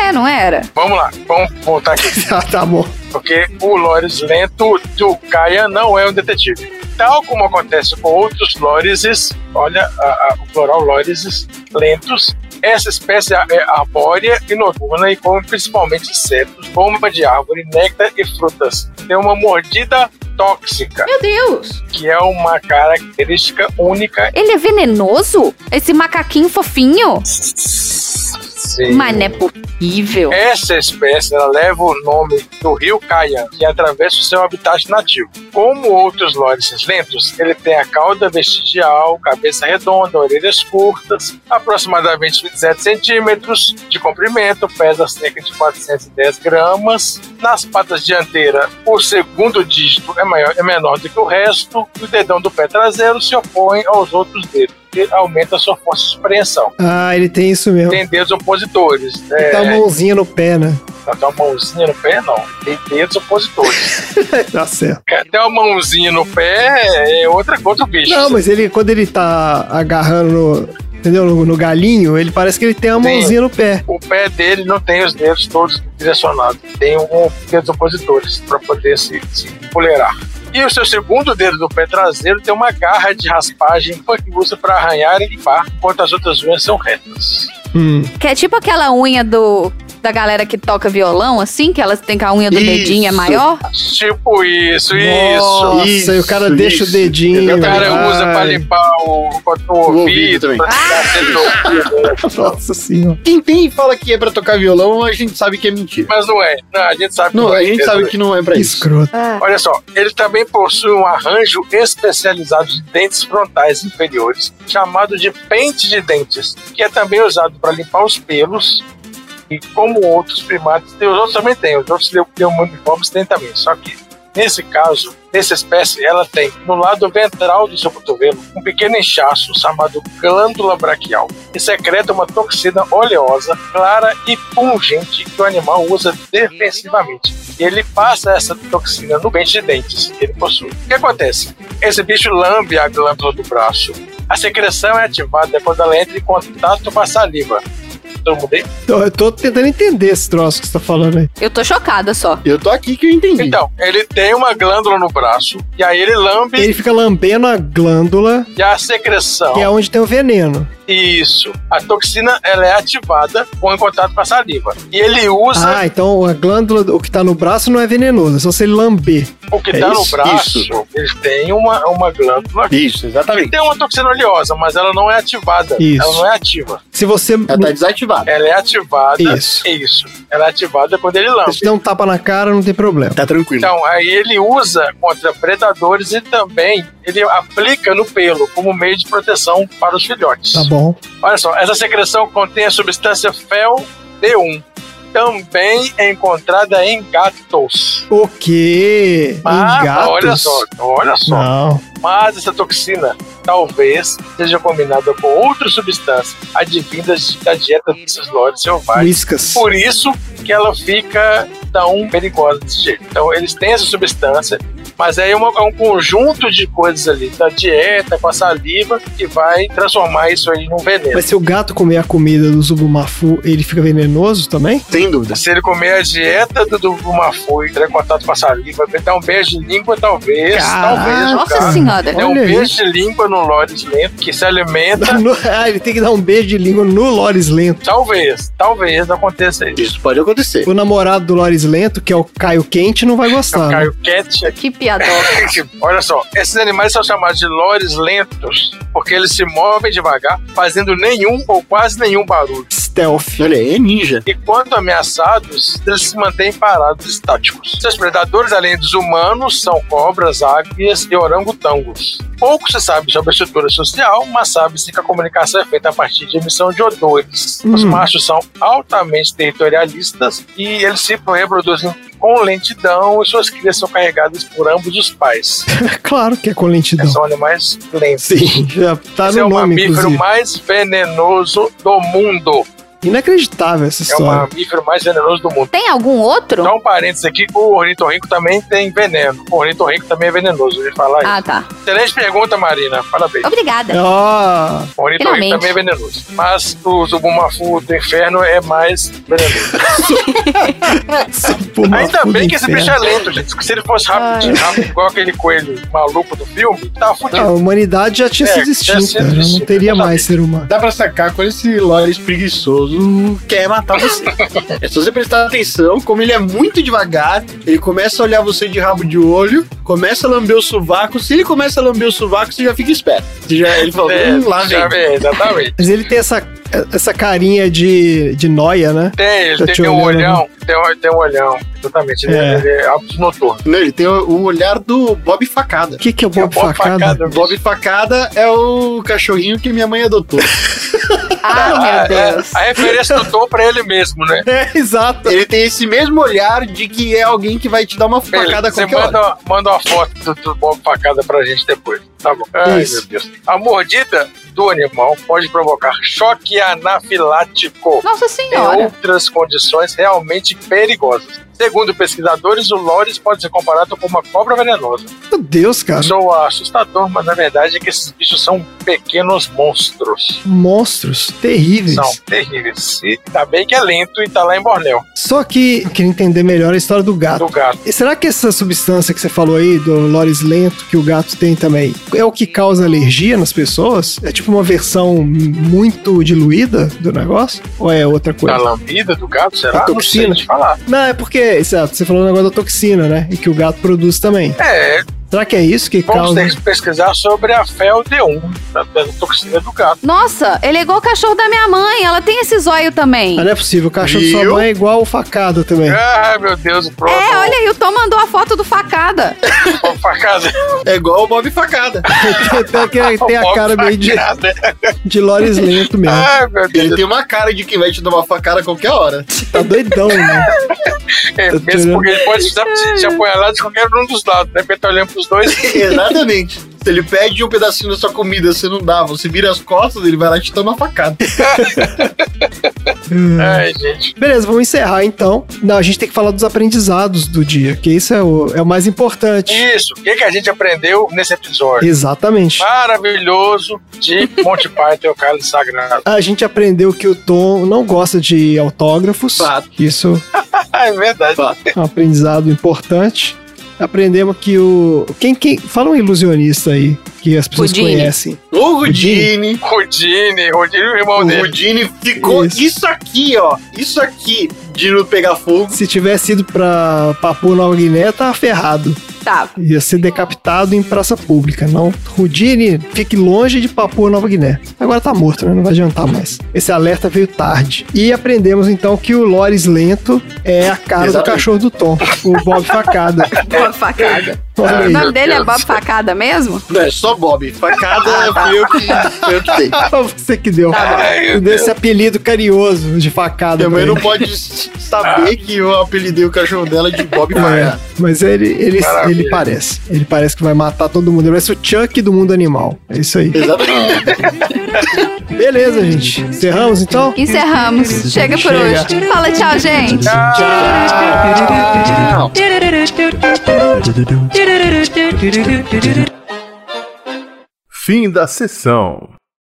[SPEAKER 4] É, não era?
[SPEAKER 2] Vamos lá, vamos voltar aqui.
[SPEAKER 3] ah, tá bom.
[SPEAKER 2] Porque o Lores Lento do Caia não é um detetive. Tal como acontece com outros Loreses, olha a- a- o plural Loreses lentos, essa espécie é arbórea e noturna e come principalmente insetos, bomba de árvore, néctar e frutas. Tem uma mordida tóxica,
[SPEAKER 4] Meu Deus!
[SPEAKER 2] que é uma característica única.
[SPEAKER 4] Ele é venenoso? Esse macaquinho fofinho?
[SPEAKER 2] Sim.
[SPEAKER 4] Mas não é possível.
[SPEAKER 2] Essa espécie ela leva o nome do rio Caian, que atravessa o seu habitat nativo. Como outros lórices lentos, ele tem a cauda vestigial, cabeça redonda, orelhas curtas, aproximadamente 27 centímetros de comprimento, pesa cerca de 410 gramas. Nas patas dianteiras, o segundo dígito é, maior, é menor do que o resto, e o dedão do pé traseiro se opõe aos outros dedos, que aumenta a sua força de suspensão.
[SPEAKER 3] Ah, ele tem isso mesmo.
[SPEAKER 2] Tem dedos opositores. né?
[SPEAKER 3] Tá a
[SPEAKER 1] é.
[SPEAKER 3] mãozinha no pé, né?
[SPEAKER 2] Não tem uma mãozinha no pé, não. Tem dedos opositores.
[SPEAKER 3] tá certo.
[SPEAKER 2] Até uma mãozinha no pé é outra, outro bicho.
[SPEAKER 3] Não, mas ele, quando ele tá agarrando no. Entendeu? No, no galinho, ele parece que ele tem a mãozinha no pé.
[SPEAKER 2] O pé dele não tem os dedos todos direcionados. Tem um dedos opositores para poder se, se polerar. E o seu segundo dedo do pé traseiro tem uma garra de raspagem que usa para arranhar e limpar, enquanto as outras unhas são retas.
[SPEAKER 3] Hum.
[SPEAKER 4] Que é tipo aquela é unha do da galera que toca violão, assim, que elas têm que a unha do
[SPEAKER 1] Isso.
[SPEAKER 4] dedinho é maior.
[SPEAKER 2] Tipo isso, isso.
[SPEAKER 3] Nossa,
[SPEAKER 1] isso,
[SPEAKER 3] e o cara deixa o
[SPEAKER 1] isso.
[SPEAKER 3] dedinho.
[SPEAKER 2] é O cara
[SPEAKER 1] né?
[SPEAKER 3] ai.
[SPEAKER 2] usa pra limpar o, o
[SPEAKER 1] ouvido
[SPEAKER 2] ouvido,
[SPEAKER 1] também. Ah!
[SPEAKER 2] pra tirar sempre do ouvido.
[SPEAKER 3] Nossa senhora.
[SPEAKER 1] Quem tem e fala que é pra tocar violão, a gente sabe que é mentira.
[SPEAKER 2] Mas não é. Não, a gente sabe
[SPEAKER 1] Não,
[SPEAKER 2] é.
[SPEAKER 1] a gente sabe que não é pra
[SPEAKER 3] Que
[SPEAKER 1] isso.
[SPEAKER 3] escroto.
[SPEAKER 2] Olha só, ele também possui um arranjo especializado de dentes frontais inferiores, chamado de pente de dentes, que é também usado para limpar os pelos. E como outros primatas, tem- os outros também têm, os outros leomaniformes têm também. Só que, nesse caso, nessa espécie, ela tem no lado ventral do seu cotovelo um pequeno inchaço chamado glândula braquial, que secreta uma toxina oleosa, clara e pungente que o animal usa defensivamente e ele passa essa toxina no dente de dentes que ele possui. O que acontece? Esse bicho lambe a glândula do braço. A secreção é ativada quando ela entra em contato com a saliva. Todo mundo aí?
[SPEAKER 3] Então, Eu tô tentando entender esse troço que você tá falando aí.
[SPEAKER 4] Eu tô chocada só.
[SPEAKER 1] Eu tô aqui que eu entendi.
[SPEAKER 2] Então, ele tem uma glândula no braço, e aí ele lambe
[SPEAKER 3] Ele fica lambendo a glândula,
[SPEAKER 2] e a secreção.
[SPEAKER 3] que é onde tem o veneno.
[SPEAKER 2] Isso. A toxina ela é ativada com o contato com a saliva. E ele usa
[SPEAKER 3] Ah, então a glândula, o que tá no braço não é venenoso, é só você lamber.
[SPEAKER 2] o que
[SPEAKER 1] é
[SPEAKER 2] está no
[SPEAKER 1] isso,
[SPEAKER 2] braço.
[SPEAKER 1] isso.
[SPEAKER 2] Ele tem uma, uma glândula
[SPEAKER 1] Isso,
[SPEAKER 2] que
[SPEAKER 1] exatamente.
[SPEAKER 2] tem uma toxina oleosa, mas ela não é ativada.
[SPEAKER 3] Isso.
[SPEAKER 2] Ela não é ativa.
[SPEAKER 3] Se você
[SPEAKER 1] Ela tá desativada.
[SPEAKER 2] Ela é ativada.
[SPEAKER 3] Isso.
[SPEAKER 2] é Isso. Ela é ativada quando ele
[SPEAKER 3] se te
[SPEAKER 2] lança.
[SPEAKER 3] der um tapa na cara, não tem problema.
[SPEAKER 1] Tá tranquilo.
[SPEAKER 2] Então, aí ele usa contra predadores e também ele aplica no pelo como meio de proteção para os filhotes.
[SPEAKER 3] Tá bom.
[SPEAKER 2] Olha só, essa secreção contém a substância fel D1, também é encontrada em gatos.
[SPEAKER 3] O quê?
[SPEAKER 2] Ah,
[SPEAKER 3] Em gatos?
[SPEAKER 2] olha só, olha só.
[SPEAKER 3] Não.
[SPEAKER 2] Mas essa toxina talvez seja combinada com outras substâncias advindas da dieta desses lores selvagens.
[SPEAKER 3] Whiskas.
[SPEAKER 2] Por isso que ela fica tão perigosa desse jeito. Então, eles têm essa substância, mas aí é, uma- é um conjunto de coisas ali, da dieta, com a saliva, que vai transformar isso aí num veneno.
[SPEAKER 3] Mas se o gato comer a comida do Zubumafu, ele fica venenoso também?
[SPEAKER 1] Sem dúvida.
[SPEAKER 2] Se ele comer a dieta do, do Mafu e entrar em contato com a saliva, vai dar um beijo de língua, talvez.
[SPEAKER 3] Caraca.
[SPEAKER 2] Talvez.
[SPEAKER 4] Nossa
[SPEAKER 2] cara.
[SPEAKER 4] senhora.
[SPEAKER 2] É um
[SPEAKER 3] Olha
[SPEAKER 2] beijo de língua no Lores Lento que se alimenta.
[SPEAKER 3] No- ah, ele tem que dar um beijo de língua no Loris Lento.
[SPEAKER 2] Talvez, talvez aconteça isso.
[SPEAKER 1] Isso pode acontecer.
[SPEAKER 3] O namorado do Loris Lento, que é o Caio Quente, não vai gostar. né?
[SPEAKER 2] É Caio Cat
[SPEAKER 4] Que piadoca.
[SPEAKER 2] Olha só, esses animais são chamados de lores lentos, porque eles se movem devagar, fazendo nenhum ou quase nenhum barulho.
[SPEAKER 3] Stealth.
[SPEAKER 1] Olha, é ninja.
[SPEAKER 2] E quando ameaçados, eles se mantêm parados e estáticos. Seus predadores, além dos humanos, são cobras, águias e orangotangos. Pouco se sabe sobre a estrutura social, mas sabe-se que a comunicação é feita a partir de emissão de odores. Os
[SPEAKER 3] Hum.
[SPEAKER 2] machos são altamente territorialistas e eles se reproduzem com lentidão e suas crias são carregadas por ambos os pais.
[SPEAKER 3] É claro que é com lentidão.
[SPEAKER 2] São animais lentos.
[SPEAKER 3] Sim, já tá
[SPEAKER 2] Esse é
[SPEAKER 3] no
[SPEAKER 2] o
[SPEAKER 3] nome,
[SPEAKER 2] mamífero
[SPEAKER 3] inclusive.
[SPEAKER 2] mais venenoso do mundo.
[SPEAKER 3] Inacreditável essa
[SPEAKER 2] É o
[SPEAKER 3] história.
[SPEAKER 2] mamífero mais venenoso do mundo.
[SPEAKER 4] Tem algum outro?
[SPEAKER 2] Só um parênteses aqui, o ornitorrinco também tem veneno. O ornitorrinco também é venenoso, eu ia falar isso.
[SPEAKER 4] Ah, tá.
[SPEAKER 2] Excelente pergunta, Marina. Parabéns.
[SPEAKER 4] Obrigada.
[SPEAKER 3] Ah,
[SPEAKER 2] O ornitorrinco
[SPEAKER 4] Finalmente.
[SPEAKER 2] também é venenoso. Mas o zubumafu do inferno é mais venenoso.
[SPEAKER 3] pô,
[SPEAKER 2] Ainda
[SPEAKER 3] mafudo
[SPEAKER 2] bem que esse
[SPEAKER 3] inferno.
[SPEAKER 2] bicho é lento, gente. porque Se ele fosse rápido, rápido igual aquele coelho maluco do filme, tá
[SPEAKER 3] Ah, a
[SPEAKER 2] fudido.
[SPEAKER 3] humanidade já tinha
[SPEAKER 2] É,
[SPEAKER 3] sido
[SPEAKER 2] já
[SPEAKER 3] extinta,
[SPEAKER 2] sido
[SPEAKER 3] já não
[SPEAKER 2] extinta,
[SPEAKER 3] teria
[SPEAKER 2] exatamente.
[SPEAKER 3] mais ser humano.
[SPEAKER 1] Dá pra sacar quando esse Lores preguiçoso quer matar você. é só você prestar atenção, como ele é muito devagar, ele começa a olhar você de rabo de olho, começa a lamber o sovaco. Se ele começa a lamber o sovaco, você já fica esperto. Você já, ele fala,
[SPEAKER 2] É,
[SPEAKER 1] hum, lá vem.
[SPEAKER 2] já vem, exatamente.
[SPEAKER 3] Mas ele tem essa, essa carinha de, de noia, né?
[SPEAKER 2] Tem,
[SPEAKER 3] Tá
[SPEAKER 2] ele tem,
[SPEAKER 3] te
[SPEAKER 2] tem um
[SPEAKER 3] olhando.
[SPEAKER 2] olhão, tem, um- tem um olhão, exatamente. Ele
[SPEAKER 3] É.
[SPEAKER 2] é, ele é hábito noturno.
[SPEAKER 1] Não, ele tem o, o olhar do Bob Facada.
[SPEAKER 3] O que, que é o Bob
[SPEAKER 2] Bob
[SPEAKER 3] Facada?
[SPEAKER 2] Facada.
[SPEAKER 1] Bob Facada é o cachorrinho que minha mãe adotou.
[SPEAKER 4] Ah, meu Deus.
[SPEAKER 2] A, a referência do Tom é pra ele mesmo, né?
[SPEAKER 3] É, exato.
[SPEAKER 1] ele tem esse mesmo olhar de que é alguém que vai te dar uma facada a
[SPEAKER 2] Você
[SPEAKER 1] qualquer hora.
[SPEAKER 2] manda, manda uma foto do, do Bob Facada pra gente depois. Tá bom. Ai,
[SPEAKER 3] Isso.
[SPEAKER 2] meu Deus. A mordida do animal pode provocar choque anafilático
[SPEAKER 4] Nossa
[SPEAKER 2] e
[SPEAKER 4] senhora.
[SPEAKER 2] outras condições realmente perigosas. Segundo pesquisadores, o Lores pode ser comparado com uma cobra venenosa.
[SPEAKER 3] Meu Deus,
[SPEAKER 1] Ah.
[SPEAKER 3] cara.
[SPEAKER 2] Sou assustador, mas na verdade é que esses bichos são pequenos monstros.
[SPEAKER 3] Monstros terríveis.
[SPEAKER 2] São terríveis. E tá bem que é lento e tá lá em Borneo,
[SPEAKER 3] Só que eu queria entender melhor a história do
[SPEAKER 1] Ah,
[SPEAKER 3] gato.
[SPEAKER 2] do gato.
[SPEAKER 3] E será que essa substância que você falou aí, do Lores Lento, que o gato tem também, é o que causa alergia nas pessoas? É tipo uma versão muito diluída do negócio? Ou é outra
[SPEAKER 2] Da
[SPEAKER 3] coisa?
[SPEAKER 2] lambida tá do gato, será?
[SPEAKER 1] É
[SPEAKER 3] A
[SPEAKER 2] Não sei
[SPEAKER 3] toxina.
[SPEAKER 2] te falar.
[SPEAKER 3] Não, é porque, exato, você falou o negócio da toxina, né? E que o gato produz também.
[SPEAKER 2] É,
[SPEAKER 3] Será que é isso que
[SPEAKER 2] vamos
[SPEAKER 3] causa?
[SPEAKER 2] ter que pesquisar sobre a FELD1, da, da um, tá toxina do gato.
[SPEAKER 4] Nossa, ele é igual o cachorro da minha mãe. Ela tem esse zóio também.
[SPEAKER 3] Ah, não é possível, o cachorro da sua
[SPEAKER 1] Viu?
[SPEAKER 3] mãe é igual o facada também.
[SPEAKER 2] Ai, meu Deus, pronto.
[SPEAKER 4] É, olha aí, o Tom mandou a foto do facada.
[SPEAKER 2] Vamos pra casa.
[SPEAKER 1] É igual o Bob Facada.
[SPEAKER 3] Até que tem a
[SPEAKER 2] Vamos
[SPEAKER 3] cara
[SPEAKER 2] pra
[SPEAKER 3] meio de, É.
[SPEAKER 2] casa.
[SPEAKER 3] de Lores Lento mesmo.
[SPEAKER 2] Ai, meu
[SPEAKER 1] Ele
[SPEAKER 2] Deus.
[SPEAKER 1] tem uma cara de que vai te dar uma facada a qualquer hora.
[SPEAKER 3] Tá doidão, né?
[SPEAKER 2] É,
[SPEAKER 3] Tô
[SPEAKER 2] mesmo
[SPEAKER 3] tirando.
[SPEAKER 2] porque ele pode se, se apunhalar de qualquer um dos lados, né? Porque tá olhando pros dois.
[SPEAKER 1] Exatamente. Se ele pede um pedacinho da sua comida, você não dá, você vira as costas, ele vai lá e te toma uma facada.
[SPEAKER 3] É.
[SPEAKER 2] Ai, gente.
[SPEAKER 3] Beleza, vamos encerrar então. Não, a gente tem que falar dos aprendizados do dia, que isso é o, é o mais importante.
[SPEAKER 2] Isso. O que, que a gente aprendeu nesse episódio?
[SPEAKER 3] Exatamente.
[SPEAKER 2] Maravilhoso de Monty Python, o Cálice Sagrado.
[SPEAKER 3] A gente aprendeu que o Tom não gosta de autógrafos.
[SPEAKER 1] Fato.
[SPEAKER 3] Isso
[SPEAKER 2] Ah, é verdade.
[SPEAKER 3] é um aprendizado importante. Aprendemos que o. Quem, quem. Fala um ilusionista aí que as pessoas
[SPEAKER 4] Houdini.
[SPEAKER 3] conhecem.
[SPEAKER 1] O Rudine.
[SPEAKER 2] Rodine, Rodine e o irmão
[SPEAKER 1] O
[SPEAKER 2] dele.
[SPEAKER 1] Rudine ficou
[SPEAKER 3] Isso.
[SPEAKER 1] isso. aqui, ó. Isso aqui de não pegar fogo.
[SPEAKER 3] Se tivesse ido pra Papua Nova Guiné, tá ferrado.
[SPEAKER 4] Tá.
[SPEAKER 3] Ia ser decapitado em praça pública, não? Rudine, fique longe de Papua Nova Guiné. Agora tá morto, né? Não vai adiantar mais. Esse alerta veio tarde. E aprendemos então que o Lores Lento é a cara do
[SPEAKER 1] Exatamente.
[SPEAKER 3] cachorro do Tom, o Bob Facada.
[SPEAKER 4] Bob Facada.
[SPEAKER 3] Olha
[SPEAKER 4] O
[SPEAKER 3] aí.
[SPEAKER 4] nome dele é Bob Facada mesmo?
[SPEAKER 1] Não, é só Bob. Facada foi eu que, foi eu que dei.
[SPEAKER 3] Só você que deu.
[SPEAKER 2] Ai, meu
[SPEAKER 3] Desse apelido carinhoso de facada.
[SPEAKER 1] Minha mãe
[SPEAKER 3] pra
[SPEAKER 1] não
[SPEAKER 3] ele.
[SPEAKER 1] pode s- saber que eu apelidei o cachorro dela de Bob
[SPEAKER 3] É,
[SPEAKER 1] Facada.
[SPEAKER 3] mas ele, ele,
[SPEAKER 2] Maravilha.
[SPEAKER 3] ele parece. Ele parece que vai matar todo mundo. Ele parece o Chuck do mundo animal. É isso aí.
[SPEAKER 1] Exatamente.
[SPEAKER 3] Beleza, gente. Encerramos então?
[SPEAKER 4] Encerramos. Chega por
[SPEAKER 3] Chega.
[SPEAKER 4] hoje. Fala tchau, gente.
[SPEAKER 6] Fim da sessão.